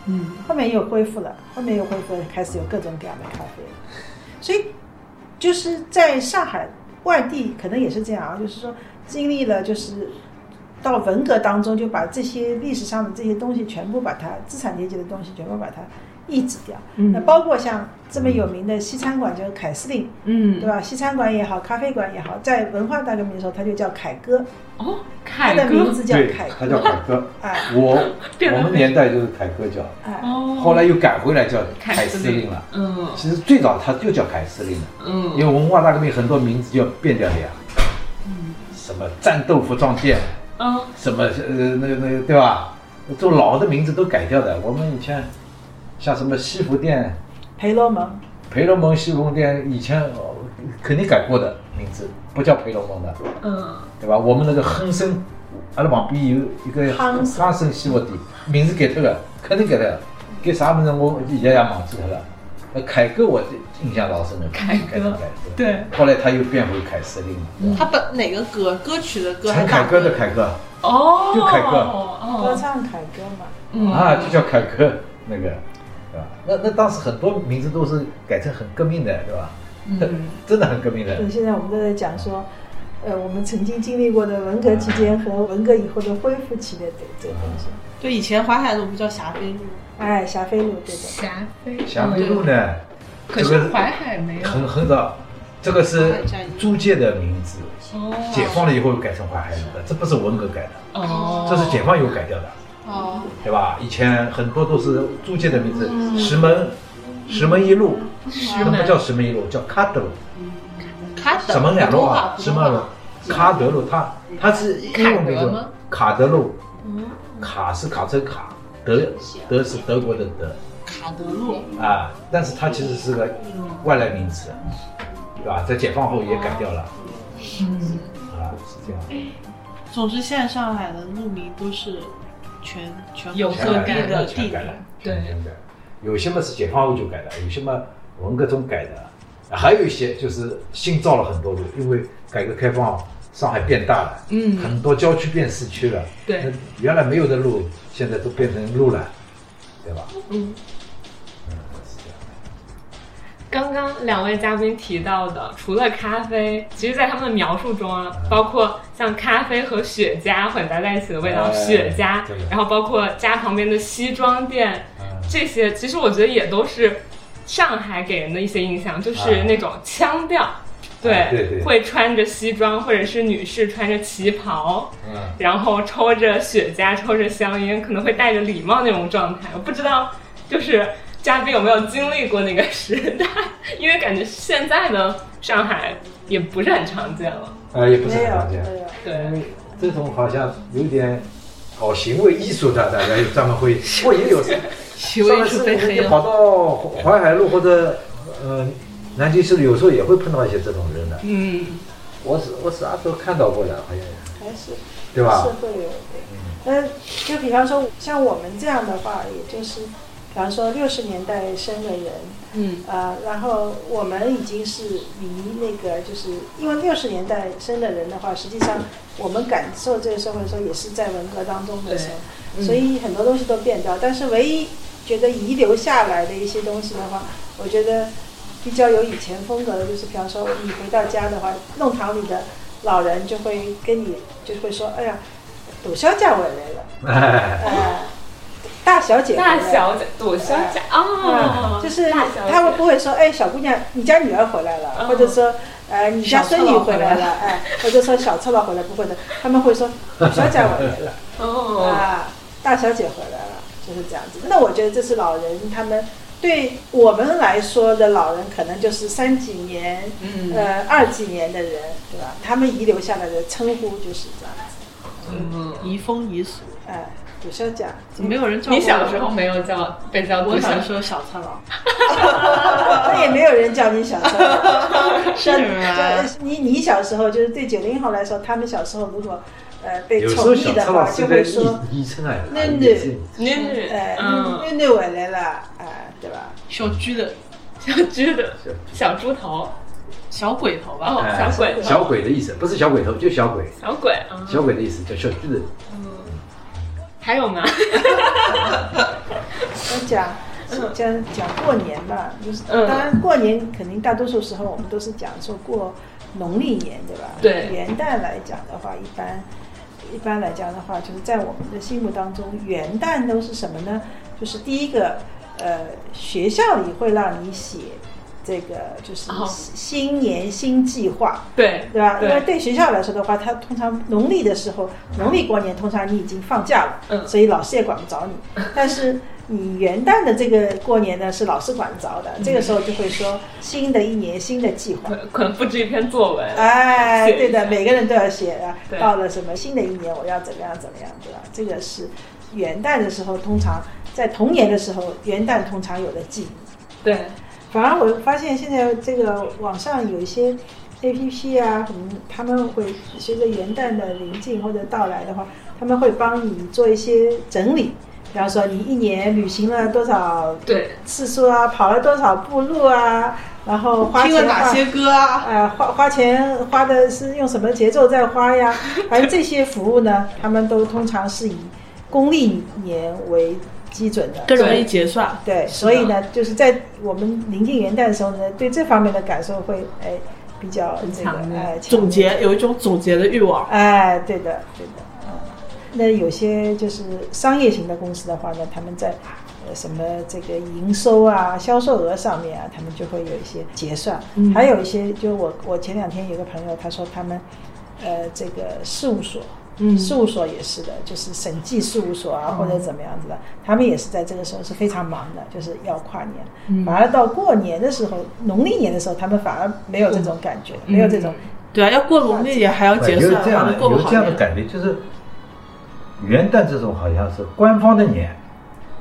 S5: 嗯，
S7: 后面又恢复了，后面又恢复了，开始有各种各样的咖啡了。所以就是在上海外地，可能也是这样啊，就是说经历了就是到文革当中，就把这些历史上的这些东西全部把它资产阶级的东西全部把它抑制掉。
S5: 嗯
S7: 那包括像这么有名的西餐馆，就是凯司令，
S5: 嗯，
S7: 对吧？西餐馆也好，咖啡馆也好，在文化大革命的时候，它就叫凯歌，
S5: 哦，
S7: 它
S5: 凯
S7: 的名
S5: 歌，
S7: 字叫
S6: 对
S7: 凯，
S6: 他叫
S7: 歌，
S6: 凯歌，
S7: 哎
S6: 我
S5: 变得
S6: 我们年代就是凯歌叫，
S7: 哎，
S5: 哦，
S6: 后来又改回来叫凯
S5: 司
S6: 司令了。
S5: 嗯
S6: 其实最早他就叫凯司令了，因为
S5: 嗯
S6: 文化大革命很多名字就要变掉的呀，什么战斗服装店，
S5: 嗯，
S6: 什么呃那个那个对吧？这种老的名字都改掉的。我们以前像什么西服店、
S7: 培罗蒙，
S6: 培罗蒙西服店，以前哦肯定改过的名字，不叫培罗蒙的，
S5: 嗯，
S6: 对吧？我们那个亨生，阿拉旁边有一个
S7: 亨生
S6: 亨生西服店，名字改掉了，肯定改掉了。改啥名字我现在也忘记掉了。呃凯歌我印象老深了，
S5: 凯
S6: 改成
S5: 歌
S6: 凯歌，
S5: 对，
S6: 后来他又变回凯司令了对吧。
S4: 它本哪个歌？歌曲的歌还
S6: 陈
S4: 是
S6: 凯
S4: 大
S6: 歌的凯歌
S5: 哦，
S6: 就凯歌
S7: 歌
S5: 哦，
S7: 唱凯歌嘛。
S5: 嗯
S6: 啊，就叫凯歌那个，对吧？那那当时很多名字都是改成很革命的，对吧？
S5: 嗯，
S6: 真的很革命的。
S7: 对，现在我们都在讲说，呃，我们曾经经历过的文革期间和文革以后的恢复期的这这个东西。
S4: 对，以前淮海路不叫霞飞路，
S7: 哎，霞飞路对的，
S5: 霞飞，
S6: 霞飞路呢，
S5: 可
S6: 这
S5: 是
S6: 个
S5: 淮海没有，
S6: 很很早，这个是租界的名字，
S5: 哦，
S6: 解放了以后改成淮海路的，这不是文革改的，
S5: 哦，
S6: 这是解放以后改掉的，
S4: 哦，
S6: 对吧？以前很多都是租界的名字，
S4: 嗯
S6: 石门。石门一路，
S5: 石
S6: 那
S5: 门
S6: 不叫石门一路，叫卡德路，
S4: 卡德
S6: 什么两路啊？
S4: 普
S6: 石
S4: 通话
S6: 门路，卡德路，它它是英文名
S5: 凯德
S6: 字
S5: 吗，
S6: 卡德路，
S4: 嗯
S6: 卡是卡车卡，德德是德国的德，
S4: 卡德路，
S6: 啊，但是它其实是个外来名词，对吧？在解放后也改掉了，
S4: 嗯
S6: 啊，是这样。
S4: 总之，现在上海的路名都是全全
S5: 有
S4: 国
S6: 全
S4: 各
S6: 改
S4: 地的
S6: 了，
S4: 地
S6: 全
S4: 名
S6: 改。了，
S5: 对
S6: 全改了。有些嘛是解放后就改的，有些嘛文革中改的，还有一些就是新造了很多路，因为改革开放，上海变大了，
S5: 嗯
S6: 很多郊区变市区了，
S5: 对
S6: 那原来没有的路现在都变成路了，对吧？
S5: 嗯。
S6: 嗯，是这样。
S5: 刚刚两位嘉宾提到的，除了咖啡，其实，在他们的描述中啊，包括像咖啡和雪茄混杂在一起的味道，
S6: 哎
S5: 雪茄
S6: 对的，
S5: 然后包括家旁边的西装店，
S6: 嗯
S5: 这些其实我觉得也都是上海给人的一些印象，就是
S6: 啊
S5: 那种腔调，对，
S6: 哎对对
S5: 会穿着西装或者是女士穿着旗袍，
S6: 嗯
S5: 然后抽着雪茄，抽着香烟，可能会戴着礼帽那种状态。我不知道，就是嘉宾有没有经历过那个时代，因为感觉现在的上海也不是很常见了。
S6: 啊，也不是很
S7: 没有
S6: 常见。
S7: 没有，
S5: 对，
S6: 这种好像有点搞行为艺术的，大家有专门会，我也有。
S5: 行
S6: 上海市你跑到淮海路或者呃南京市，有时候也会碰到一些这种人的。
S5: 嗯，
S6: 我是我啥时候看到过的，好像
S7: 还是
S6: 对吧嗯
S7: 是？会有对。那就比方说像我们这样的话，也就是比方说六十年代生的人，
S5: 嗯，
S7: 啊，然后我们已经是离那个，就是因为六十年代生的人的话，实际上我们感受这个社会的时候，也是在文革当中的时候，所以很多东西都变掉。但是唯一觉得遗留下来的一些东西的话，我觉得比较有以前风格的，就是比方说你回到家的话，弄堂里的老人就会跟你就会说，哎呀，杜小姐回来了，
S6: 哎，
S7: 呃，大小姐回来
S5: 大
S7: 了，啊
S5: 小姐，躲小姐哦，
S7: 就是
S5: 大小姐
S7: 他会不会说，哎，小姑娘，你家女儿回来了，
S5: 嗯
S7: 或者说，呃，你家孙女回来
S5: 小
S7: 了，哎，或者说小臭老回来，不会的，他们会说小姐回来了，
S5: 哦，
S7: 啊，大小姐回来了，就是这样子。那我觉得这是老人他们对我们来说的老人，可能就是三几年，
S5: 嗯
S7: 呃，二几年的人，对吧？他们遗留下来的称呼就是这样子，
S4: 移风易俗，
S7: 哎，杜小姐，
S4: 没有人叫
S5: 你
S4: 过
S5: 小
S4: 我
S5: 时候，没有叫被叫
S4: 我
S5: 躲
S4: 小
S5: 小
S4: 时候小菜佬，
S7: 那也没有人叫你小时候，
S4: 是啊
S7: 就你你小时候就是对九零后来说，他们小时候如果呃被
S6: 有时
S7: 宠
S6: 候小
S7: 溺的
S6: 车
S7: 话，
S6: 老师
S7: 就
S6: 的
S7: 会说，
S6: 昵昵称啊，
S7: 那
S6: 也
S7: 那
S6: 是
S5: 女女，
S7: 哎，
S5: 嗯，
S7: 囡囡回来了啊，对吧？
S4: 小居的
S5: 小猪的小猪头，
S4: 小鬼头吧，
S5: 哦，小鬼，
S6: 哎小鬼的意思，不是小鬼头，就小鬼，
S5: 小鬼，嗯，
S6: 小鬼的意思叫小巨人。
S5: 还有吗？
S7: 我讲讲讲过年嘛，就是
S5: 嗯
S7: 当然过年肯定大多数时候我们都是讲说过农历年，对吧？
S5: 对
S7: 元旦来讲的话，一般一般来讲的话，就是在我们的心目当中，元旦都是什么呢？就是第一个，呃，学校里会让你写这个就是
S5: 哦
S7: 新年新计划。
S5: 对
S7: 对吧？因为
S5: 对，
S7: 对学校来说的话，它通常农历的时候，农历过年通常你已经放假了，
S5: 嗯
S7: 所以老师也管不着你。但是你元旦的这个过年呢，是老师管得着
S5: 嗯
S7: 的。这个时候就会说，新的一年新的计划。
S5: 可可能布置一篇作文，
S7: 哎，
S5: 嗯写一
S7: 对的，
S5: 下
S7: 每个人都要写啊
S5: 对。
S7: 到了什么新的一年，我要怎么样怎么样，对吧？这个是元旦的时候，通常在童年的时候，元旦通常有的记忆。
S5: 对，
S7: 反而我发现现在这个网上有一些 A P P 啊，什么他们会随着元旦的临近或者到来的话，他们会帮你做一些整理，比方说你一年旅行了多少
S5: 对，
S7: 次数啊，跑了多少步路啊，然后花
S4: 听
S7: 钱
S4: 了
S7: 花
S4: 哪些歌哦啊？
S7: 呃，花花钱花的是用什么节奏在花呀？反正这些服务呢，他们都通常是以公历年为基准的，
S4: 更容易结算，
S7: 对，所以呢，就是在我们临近元旦的时候呢，对这方面的感受会哎比较这个
S5: 强烈
S7: 哎强
S4: 总
S7: 烈
S4: 结有一种总结的欲望，
S7: 哎，对的对的，嗯，那有些就是商业型的公司的话呢，他们在呃什么这个营收啊、销售额上面啊，他们就会有一些结算，
S4: 嗯
S7: 还有一些就我我前两天有个朋友他说他们呃这个事务所。
S4: 嗯
S7: 事务所也是的，就是审计事务所啊，或者怎么样子的，他们也是在这个时候是非常忙的，就是要跨年。
S4: 嗯
S7: 反而到过年的时候，农历年的时候，他们反而没有这种感觉，没有这种
S6: 嗯
S4: 对啊，要过农历也还要结
S6: 有
S4: 算，
S6: 这样的
S4: 还过不
S6: 有
S4: 好
S6: 这样的
S4: 年。
S6: 感觉，就是元旦这种好像是官方的年，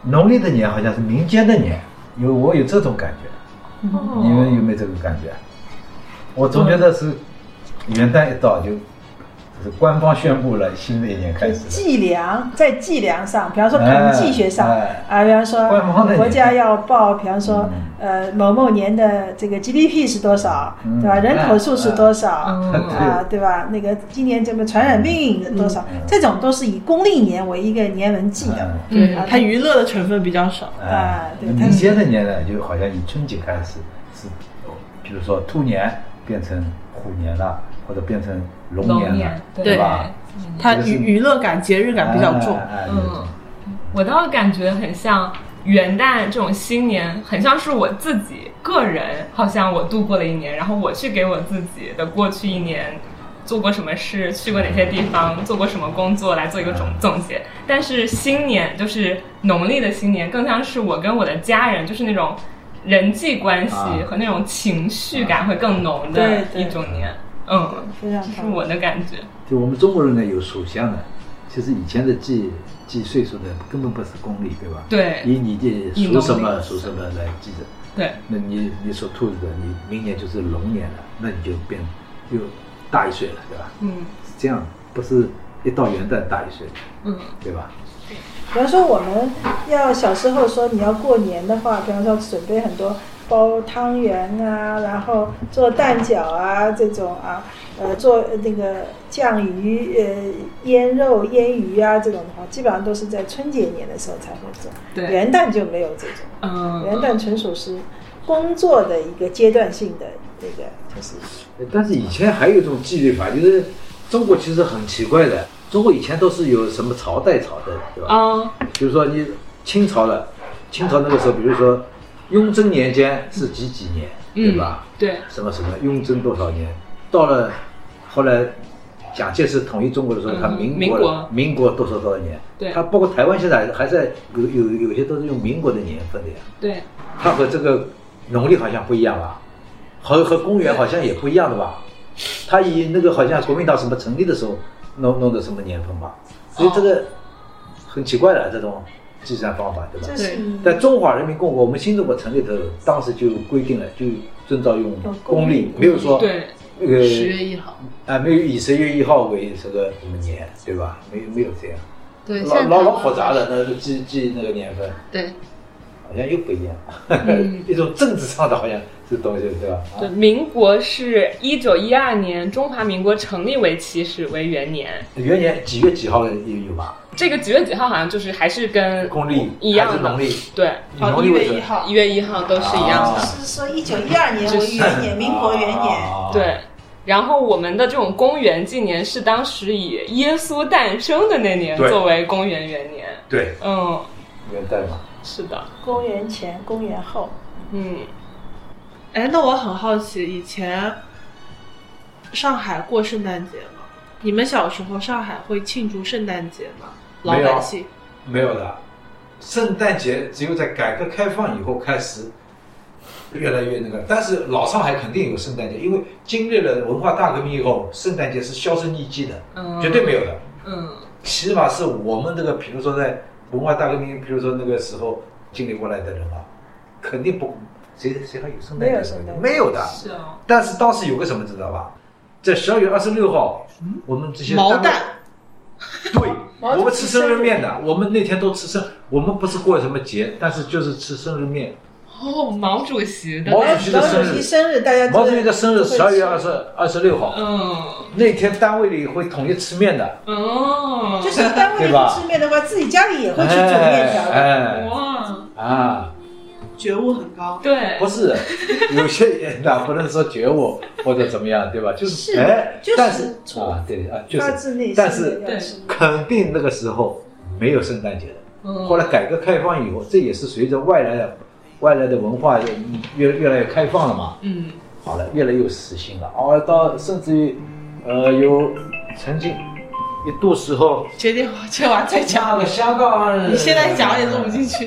S6: 农历的年好像是民间的年，有我有这种感觉，
S7: 哦
S6: 你们有没有这个感觉？我总觉得是元旦一到就。就是官方宣布了新的一年开始了，
S7: 计量，在计量上，比方说统计学上
S6: 哎
S7: 啊，比方说
S6: 官方的
S7: 国家要报，比方说呃某某年的这个 GDP 是多少，
S6: 嗯
S7: 对吧？人口数是多少啊
S6: 嗯，
S7: 对吧？那个今年这么传染病多少
S6: 嗯，
S7: 这种都是以公历年为一个年文记的。
S4: 对
S7: 嗯，
S4: 它娱乐的成分比较少。
S7: 啊对
S6: 哎民
S7: 但是
S6: 间的年呢，就好像以春节开始，是，比如说兔年变成虎年了，或者变成龙
S5: 龙
S6: 年
S5: 年
S6: 了，
S5: 对
S6: 吧？
S4: 它
S6: 嗯就是
S4: 娱娱乐感、节日感比较重。
S6: 哎哎哎有这种
S5: 嗯，我倒感觉很像元旦这种新年，很像是我自己个人，好像我度过了一年，然后我去给我自己的过去一年做过什么事，去过哪些地方，做过什么工作来做一个总总结。但是新年就是农历的新年，更像是我跟我的家人，就是那种人际关系
S6: 啊
S5: 和那种情绪感会更浓
S7: 对
S5: 的
S7: 对
S5: 一种年。嗯，
S7: 非常
S5: 这是
S7: 棒
S5: 我的感觉。
S6: 就我们中国人呢有属相的，其实以前的计计岁数的根本不是公历，对吧？
S5: 对
S6: 以你的
S5: 以
S6: 属什
S5: 农
S6: 么
S5: 历
S6: 属什么来记的。
S5: 对，
S6: 那你你属兔子的，你明年就是龙年了，那你就变又大一岁了，对吧？
S5: 嗯
S6: 是这样，不是一到元旦大一岁，
S5: 嗯，
S6: 对吧？
S7: 比方说，我们要小时候说你要过年的话，比方说准备很多包汤圆啊，然后做蛋饺啊这种啊，呃，做呃那个酱鱼、呃腌肉、腌鱼啊这种的话，基本上都是在春节年的时候才会做，
S5: 对
S7: 元旦就没有这种，
S5: 嗯，
S7: 元旦纯属是工作的一个阶段性的那个，就是
S6: 但是以前还有一种纪律法，就是中国其实很奇怪的，中国以前都是有什么朝代朝代，对吧？
S5: 嗯，
S6: 比如说你清朝了，清朝那个时候，比如说雍正年间是几几年，对吧？
S5: 嗯对，
S6: 什么什么雍正多少年，到了后来蒋介石统一中国的时候，
S5: 嗯
S6: 他民国了民国多少多少年，
S5: 对
S6: 他包括台湾现在还在有有有些都是用民国的年份的呀，
S5: 对，
S6: 它和这个农历好像不一样吧，和和公元好像也不一样的吧，它以那个好像国民党什么成立的时候弄弄的什么年份吧，所以这个很奇怪的这种计算方法，对吧
S7: 这？是以
S6: 在中华人民共和国，我们新中国成立的时候，当时就规定了，就遵照用
S7: 用
S6: 公
S7: 公
S6: 历
S7: 历，
S6: 没有说
S5: 对，
S6: 那个
S2: 十月一号。
S6: 啊，没有以十月一号为这个什么年，对吧？没有没有这样，
S2: 对，现
S6: 老
S2: 在
S6: 老
S2: 台
S6: 老
S2: 湾
S6: 复杂的，那个记记那个年份，
S2: 对，
S6: 好像又不一样， 一种政治上的好像这东西，对吧？啊
S5: 对，民国是一九一二年中华民国成立为起始为元年，
S6: 元年几月几号的也有吧？
S5: 这个几月几号好像就是还是跟
S6: 公历
S5: 一
S6: 还
S5: 样
S6: 是农
S5: 的，
S6: 历？
S5: 对，
S4: 好，
S6: 农
S4: 一
S6: 历为
S4: 月
S6: 准
S4: 哦一号
S5: 一，月一号都是一样的，
S6: 啊
S7: 是说一九一二年为元年，民国元年，
S6: 啊
S5: 对。然后我们的这种公元纪年是当时以耶稣诞生的那年
S6: 对
S5: 作为公元元年，
S6: 对，
S5: 嗯，
S6: 元旦嘛，
S5: 是的，
S7: 公元前、公元后，
S5: 嗯，
S4: 哎，那我很好奇，以前上海过圣诞节吗？你们小时候上海会庆祝圣诞节吗？老
S6: 没有
S4: 百姓
S6: 没有的。圣诞节只有在改革开放以后开始越来越那个，但是老上海肯定有圣诞节，因为经历了文化大革命以后，圣诞节是销声匿迹的，
S5: 嗯
S6: 绝对没有的。
S5: 嗯，
S6: 起码是我们这个，比如说在文化大革命，比如说那个时候经历过来的人啊，肯定不谁谁还有圣诞
S7: 没
S6: 节
S7: 有圣诞节
S6: 没有的。
S5: 是哦，
S6: 但是当时有个什么知道吧？在十二月二十六号，我们这些
S4: 毛
S6: 单位
S4: 蛋，
S6: 对，
S7: 毛主席
S6: 我们吃生日面的，我们那天都吃生，我们不是过什么节，但是就是吃生日面。
S5: 哦，毛主席的
S6: 毛
S5: 诞
S6: 主席的
S7: 毛
S6: 生
S7: 主席
S6: 日，
S7: 生日大家
S6: 毛主席的生
S7: 嗯
S6: 日十二月二
S7: 十，
S6: 十二十六号，
S5: 嗯，
S6: 那天单位里会统一吃面的，
S5: 哦，
S7: 就是单位里不吃面的话，自己家里也会去煮面条的。
S6: 哎
S5: 哇，
S6: 哎啊，
S4: 觉悟很高。
S5: 对，
S6: 不是，有些人呢不能说觉悟 或者怎么样，对吧？就是
S7: 是
S6: 哎
S7: 就，是
S6: 但是啊，对啊，就
S7: 发自
S6: 是，
S7: 内心的
S6: 但是
S7: 要吃
S6: 肯定那个时候没有圣诞节的。
S5: 嗯
S6: 后来改革开放以后，这也是随着外来的外来的文化越越来越开放了嘛，
S5: 嗯，
S6: 好了，越来越有实心了。哦，到甚至于，呃，有曾经一度时候，
S4: 决定我这晚再讲
S6: 那
S4: 了
S6: 个，香港人，
S4: 你现在讲也录不进去。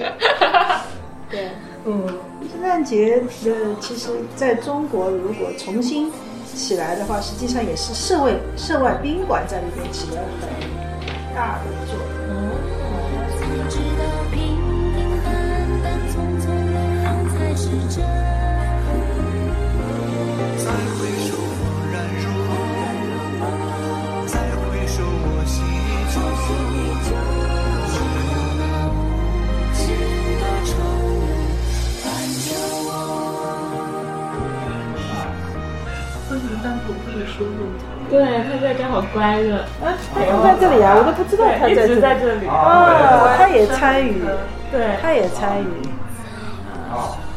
S7: 对，嗯，圣诞节的其实在中国如果重新起来的话，实际上也是社会涉外宾馆在那边起了很大的作用。
S3: 直到平平淡淡、匆匆流浪才是真。
S10: 再回首，蓦然如梦；再回首，我心依旧。
S3: 是多愁，伴着我。
S4: 为什么单独不能说录？
S5: 对，他在这好乖的，
S7: 啊，他不在这里啊，我都不知道他
S5: 对，一
S7: 在这
S5: 直
S7: 里。
S5: 在这里，
S7: 啊，他也参与，
S5: 对，
S7: 他也参与。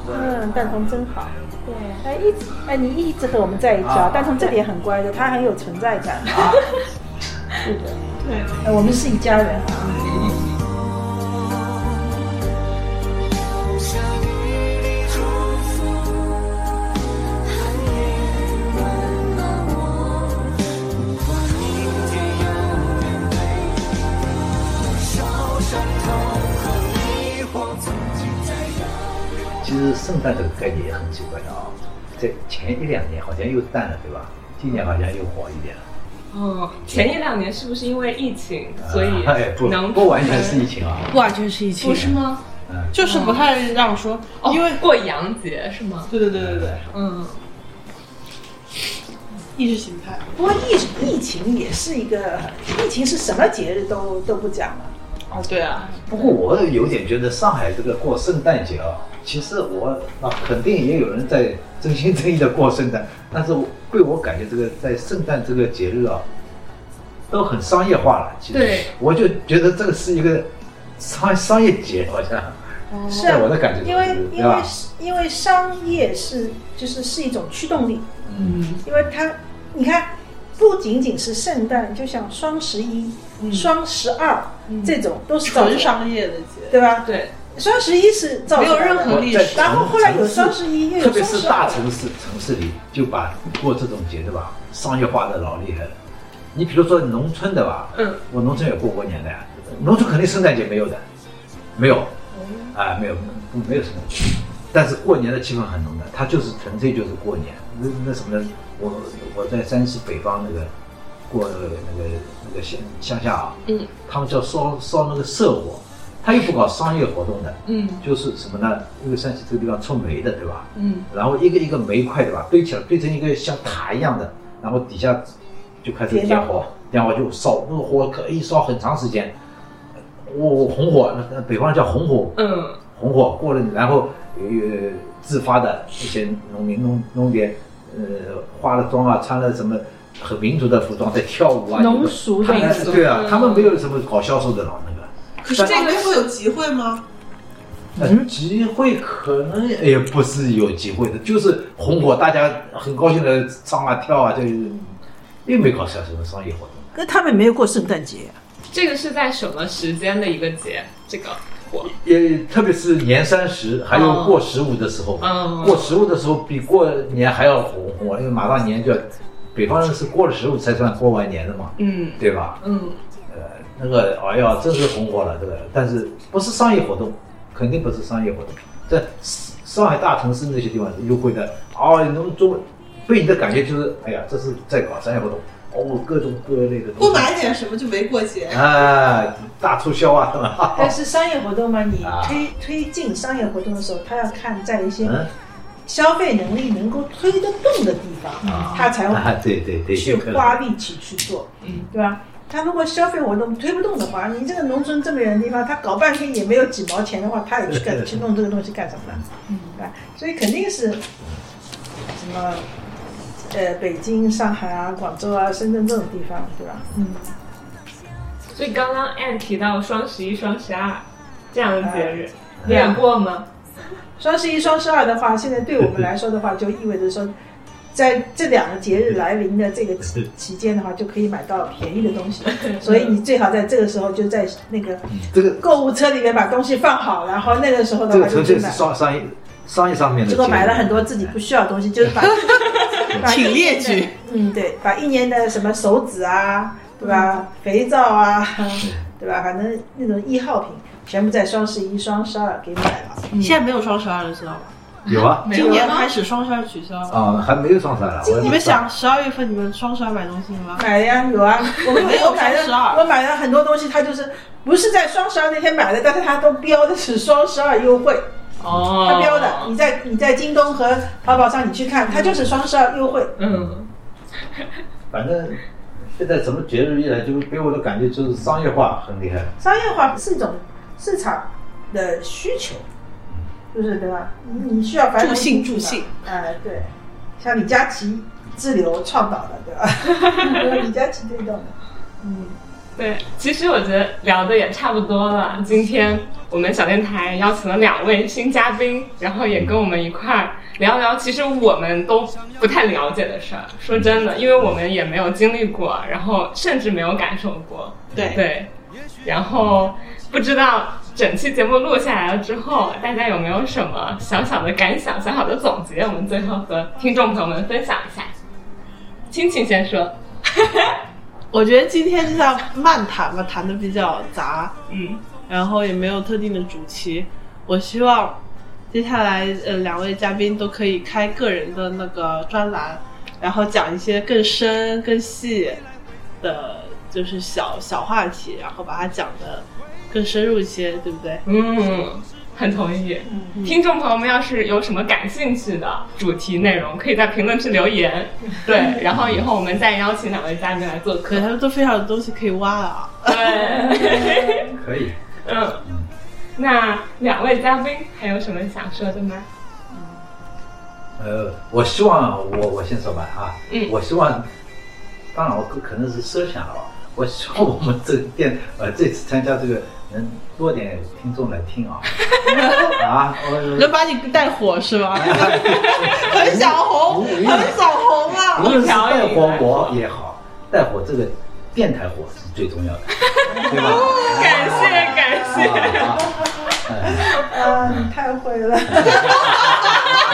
S7: 嗯，蛋童真好。对，哎，一直哎，你一直和我们在一起啊
S6: 啊。
S7: 蛋童这点很乖的，他很有存在感。 是的，对，我们是一家人啊。
S3: 像一阵风，寒夜温暖我，不管明天要面对多少伤痛和迷惑。
S6: 其实圣诞这个概念也很奇怪的啊、在前一两年好像又淡了，对吧？今年好像又火一点了。
S5: 嗯，前一两年是不是因为疫情，所
S6: 哎，不
S5: 以能
S6: 不完全是疫情啊，
S4: 不完全是一起，
S5: 不是吗？
S6: 嗯
S4: 就是不太让说，
S5: 哦，
S4: 因为
S5: 过洋节是吗？
S4: 对对对对对，
S5: 嗯，
S4: 意识形态。
S7: 不过疫疫情也是一个，疫情是什么节日都都不讲了。
S4: 哦，对啊，
S6: 不过我有点觉得上海这个过圣诞节啊，其实我啊肯定也有人在真心真意的过圣诞，但是我被我感觉这个在圣诞这个节日啊，都很商业化了。其实
S5: 对，
S6: 我就觉得这个是一个商商业节，好像
S7: 是啊
S6: 在我的感觉
S7: 因为
S6: 中，对
S7: 因为
S6: 吧？
S7: 因为商业是就是是一种驱动力，
S6: 嗯，
S7: 因为它你看不仅仅是圣诞，就像双十一、双十二这种都是造
S4: 纯
S7: 成，
S4: 商业的节，
S7: 嗯对吧？
S4: 对，
S7: 双十一是造
S4: 没
S7: 成
S4: 有
S7: 的
S4: 任何历
S6: 在
S4: 史。
S7: 然后后来有双十一，又
S6: 特
S7: 有
S6: 别
S7: 双
S6: 是
S7: 十
S6: 大
S7: 二，
S6: 城市城市里就把过这种节对吧，商业化的老厉害了。你比如说农村的吧，
S4: 嗯，
S6: 我农村也过过年的呀，农村肯定圣诞节没有的，没有，
S4: 哦
S6: 啊、没有，不没有圣诞节，但是过年的气氛很浓的，它就是纯粹就是过年。那那什么呢？我我在山西北方那个过那个那个那个乡乡下啊，
S4: 嗯，
S6: 他们叫烧烧那个社火，他又不搞商业活动的，
S4: 嗯
S6: 就是什么呢？因为山西这个地方出煤的，对吧？
S4: 嗯，
S6: 然后一个一个煤块，对吧？堆起来，堆成一个像塔一样的，然后底下就开始点火，点火就烧，那个火可以烧很长时间。我、我红火，那那北方叫红火，
S4: 嗯，
S6: 红火过了，然后呃自发的一些农民农农民，呃化了妆啊，穿了什么很民族的服装在跳舞啊，
S4: 农俗
S6: 他们
S4: 民俗
S6: 对啊，他们没有什么搞销售的了那个。
S9: 可是这个会有集会吗？
S6: 呃，集会可能也不是有机会的，就是红火，大家很高兴的唱啊跳啊，这又没搞啥什么商业活动。
S2: 可他们没有过圣诞节、
S7: 啊
S5: 这个是在什么时间的一个节？这个火，
S6: 也特别是年三十，还有过十五的时候，
S5: 嗯
S6: 过十五的时候比过年还要红火，因为马上年就要，北方人是过了十五才算过完年的嘛，
S5: 嗯
S6: 对吧？
S5: 嗯，
S6: 呃，那个哎呀，真是红火了这个，但是不是商业活动，肯定不是商业活动。在上海大城市那些地方优惠的，哦，那么中被你的感觉就是，哎呀，这是在搞商业活动，哦，各种各类的东西，
S9: 不买点什么就没过节。
S6: 啊，大促销啊，是 吧？
S7: 但是商业活动嘛，你
S6: 啊
S7: 推推进商业活动的时候，他要看在一些
S6: 嗯
S7: 消费能力能够推得动的地方，他才
S6: 啊
S7: 会，
S6: 对对对，
S7: 去
S6: 有可能
S7: 花力气去做，对吧？他如果消费活动推不动的话，你这个农村这么远的地方，他搞半天也没有几毛钱的话，他也去干去弄这个东西干什么呢？对吧？所以肯定是呃什么呃，北京、上海啊、广州啊、深圳这种地方，对吧？
S5: 所以刚刚 Anne 提到双十一、双十二这样的节日，
S6: 嗯
S5: 你也过吗？
S7: 双十一、双十二的话，现在对我们来说的话，就意味着说，在这两个节日来临的这个期期间的话，就可以买到便宜的东西。所以你最好在这个时候就在那个
S6: 这个
S7: 购物车里面把东西放好，然后那个时候
S6: 这
S7: 的话
S6: 个
S7: 就
S6: 纯
S7: 去
S6: 粹是
S7: 买。
S6: 商商业商业上面的
S7: 结
S6: 节目，
S7: 果买了很多自己不需要的东西，就是 把把一
S2: 请列
S7: 年的
S2: 举，
S7: 嗯，对，把一年的什么手纸啊，对
S6: 嗯
S7: 吧？肥皂啊， 对吧？反正那种易耗品全部在双十一、双十二给买了。
S4: 现在没有双十二了，知道吗？
S6: 有啊
S4: 今年开始双十二取消了。
S6: 啊，还没有上山了，我还没
S4: 你们
S6: 上
S4: 想十二月份你们双十二买东西了吗？
S7: 买呀，有啊，我们
S4: 没有
S7: 我买
S4: 双十二
S7: 了，我买了很多东西，它就是不是在双十二那天买的，但是它都标的是双十二优惠，
S5: 哦
S7: 它标的，你在你在京东和淘宝上你去看，它就是双十二优惠。
S5: 嗯，
S6: 反正现在什么节日一来，就给我的感觉就是商业化很厉害。
S7: 商业化是一种市场的需求，就是对吧？你你需要繁
S4: 助
S7: 荣
S4: 兴
S7: 经济嘛
S4: 助兴，
S7: 哎、对，像李佳琦自流创导的，对吧？ 李佳琦推动的，
S5: 对，其实我觉得聊的也差不多了。今天我们小电台邀请了两位新嘉宾，然后也跟我们一块儿聊聊，其实我们都不太了解的事儿。说真的，因为我们也没有经历过，然后甚至没有感受过。
S4: 对
S5: 对，然后不知道整期节目录下来了之后，大家有没有什么小小的感想、小小的总结？我们最后和听众朋友们分享一下。亲亲先说，
S4: 我觉得今天就像漫谈吧，谈的比较杂，
S5: 嗯
S4: 然后也没有特定的主题。我希望接下来呃两位嘉宾都可以开个人的那个专栏，然后讲一些更深更细的，就是小小话题，然后把它讲的更深入一些，对不对？
S5: 嗯，很同意。听众朋友们，要是有什么感兴趣的主题内容，可以在评论区留 言。对，然后以后我们再邀请两位嘉宾来做客
S4: 可。他们都非常有东西可以挖啊。
S5: 对，
S6: 可以，
S5: 嗯，那两位嘉宾还有什么想说的吗？
S6: 呃，我希望我我先说吧啊，
S5: 嗯
S6: 我希望，当然我可可能是设想了啊，我希望我们这个电呃这次参加这个能多点听众来听啊！啊，我
S4: 能把你带火是 吧？
S6: 很
S4: 想红，很想红啊！
S6: 无论是带火博也好，带火这个电台火是最重要的，对吧？
S5: 感谢感谢，
S6: 啊哎
S7: 啊，你太会了。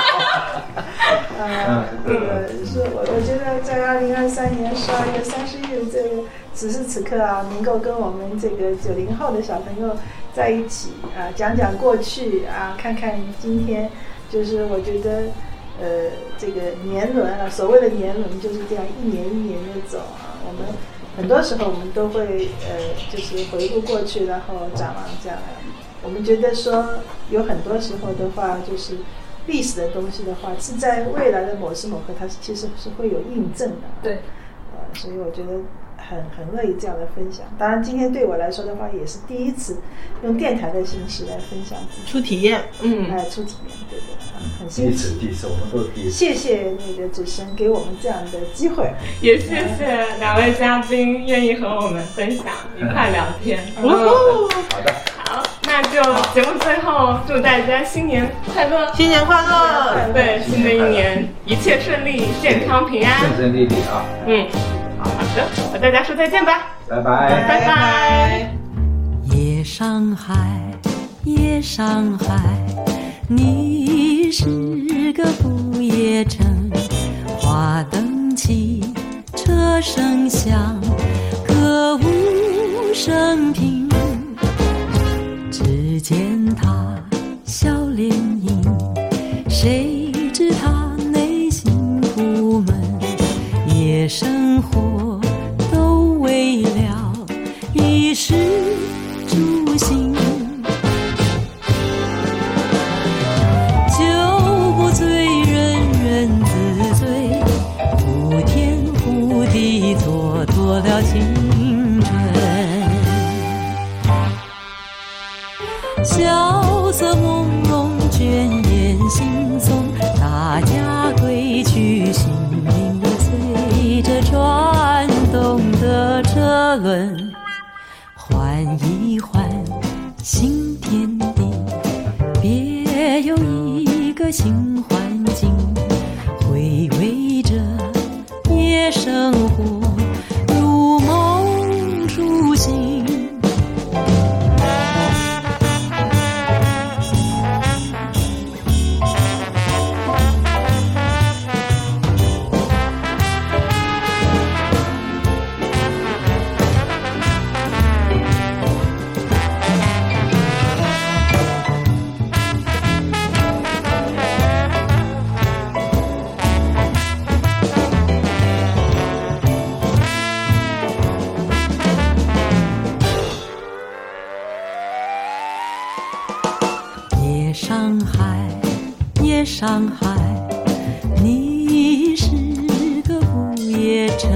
S7: 啊，这个是我，我觉得在二零二三年十二月三十日这个此时此刻啊，能够跟我们这个九零后的小朋友在一起啊，讲讲过去啊，看看今天，就是我觉得，呃，这个年轮啊，所谓的年轮就是这样一年一年的走啊，我们很多时候我们都会呃，就是回顾过去，然后展望将来。我们觉得说，有很多时候的话，就是历史的东西的话，是在未来的某时某刻，它是其实是会有印证的。
S5: 对，
S7: 呃，所以我觉得很很乐意这样的分享。当然，今天对我来说的话，也是第一次用电台的形式来分享自己
S4: 初体验，嗯，
S7: 来出体验，对对，啊很
S6: 第一
S7: 新
S6: 次，
S7: 奇。
S6: 第一次，我们都是第一次。
S7: 谢谢那个主持人给我们这样的机会，
S5: 也谢谢两位嘉宾愿意和我们分享一块聊天。哦
S6: 好的，
S5: 好，那就节目最后祝大家新年快乐！
S4: 新年快乐！
S5: 对，新的一年一切顺利，健康平安
S6: 顺。顺利利啊，
S5: 嗯，好的，和大家说再见吧，
S6: 拜拜。
S5: 拜拜
S3: 夜上海，夜上海，你是个不夜城。花灯起，车声响，歌舞升平。只见他笑脸迎，谁知他内心苦闷。夜生活都为了衣食住行，酒不醉人人自醉，忽天忽地蹉跎了青春。萧瑟朦胧倦眼惺忪，大家归去，心灵随着转动的车轮，缓一缓新天地，别有一个新环境，回味着夜生活，如梦初醒。夜上海，夜上海，你是个不夜城。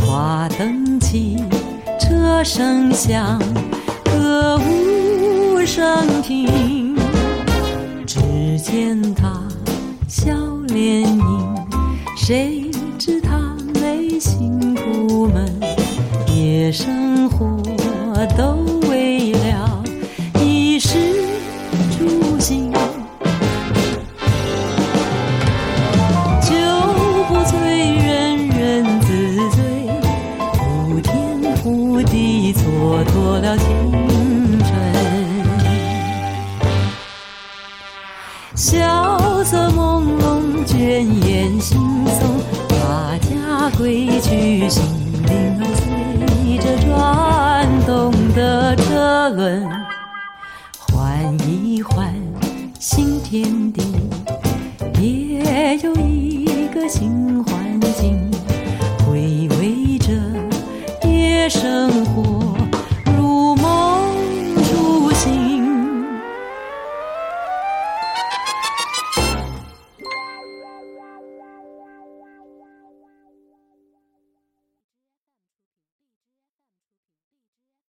S3: 花灯起，车声响，歌舞升平。只见他笑脸迎，谁知他内心苦闷。夜生活都为了衣食住行。酒不醉人人自醉，忽天忽地蹉跎了青春。萧瑟朦胧，倦眼惺忪，大家归去，心灵随着转动的车轮，缓一缓新天地，也有一个新环境，回味着夜生活。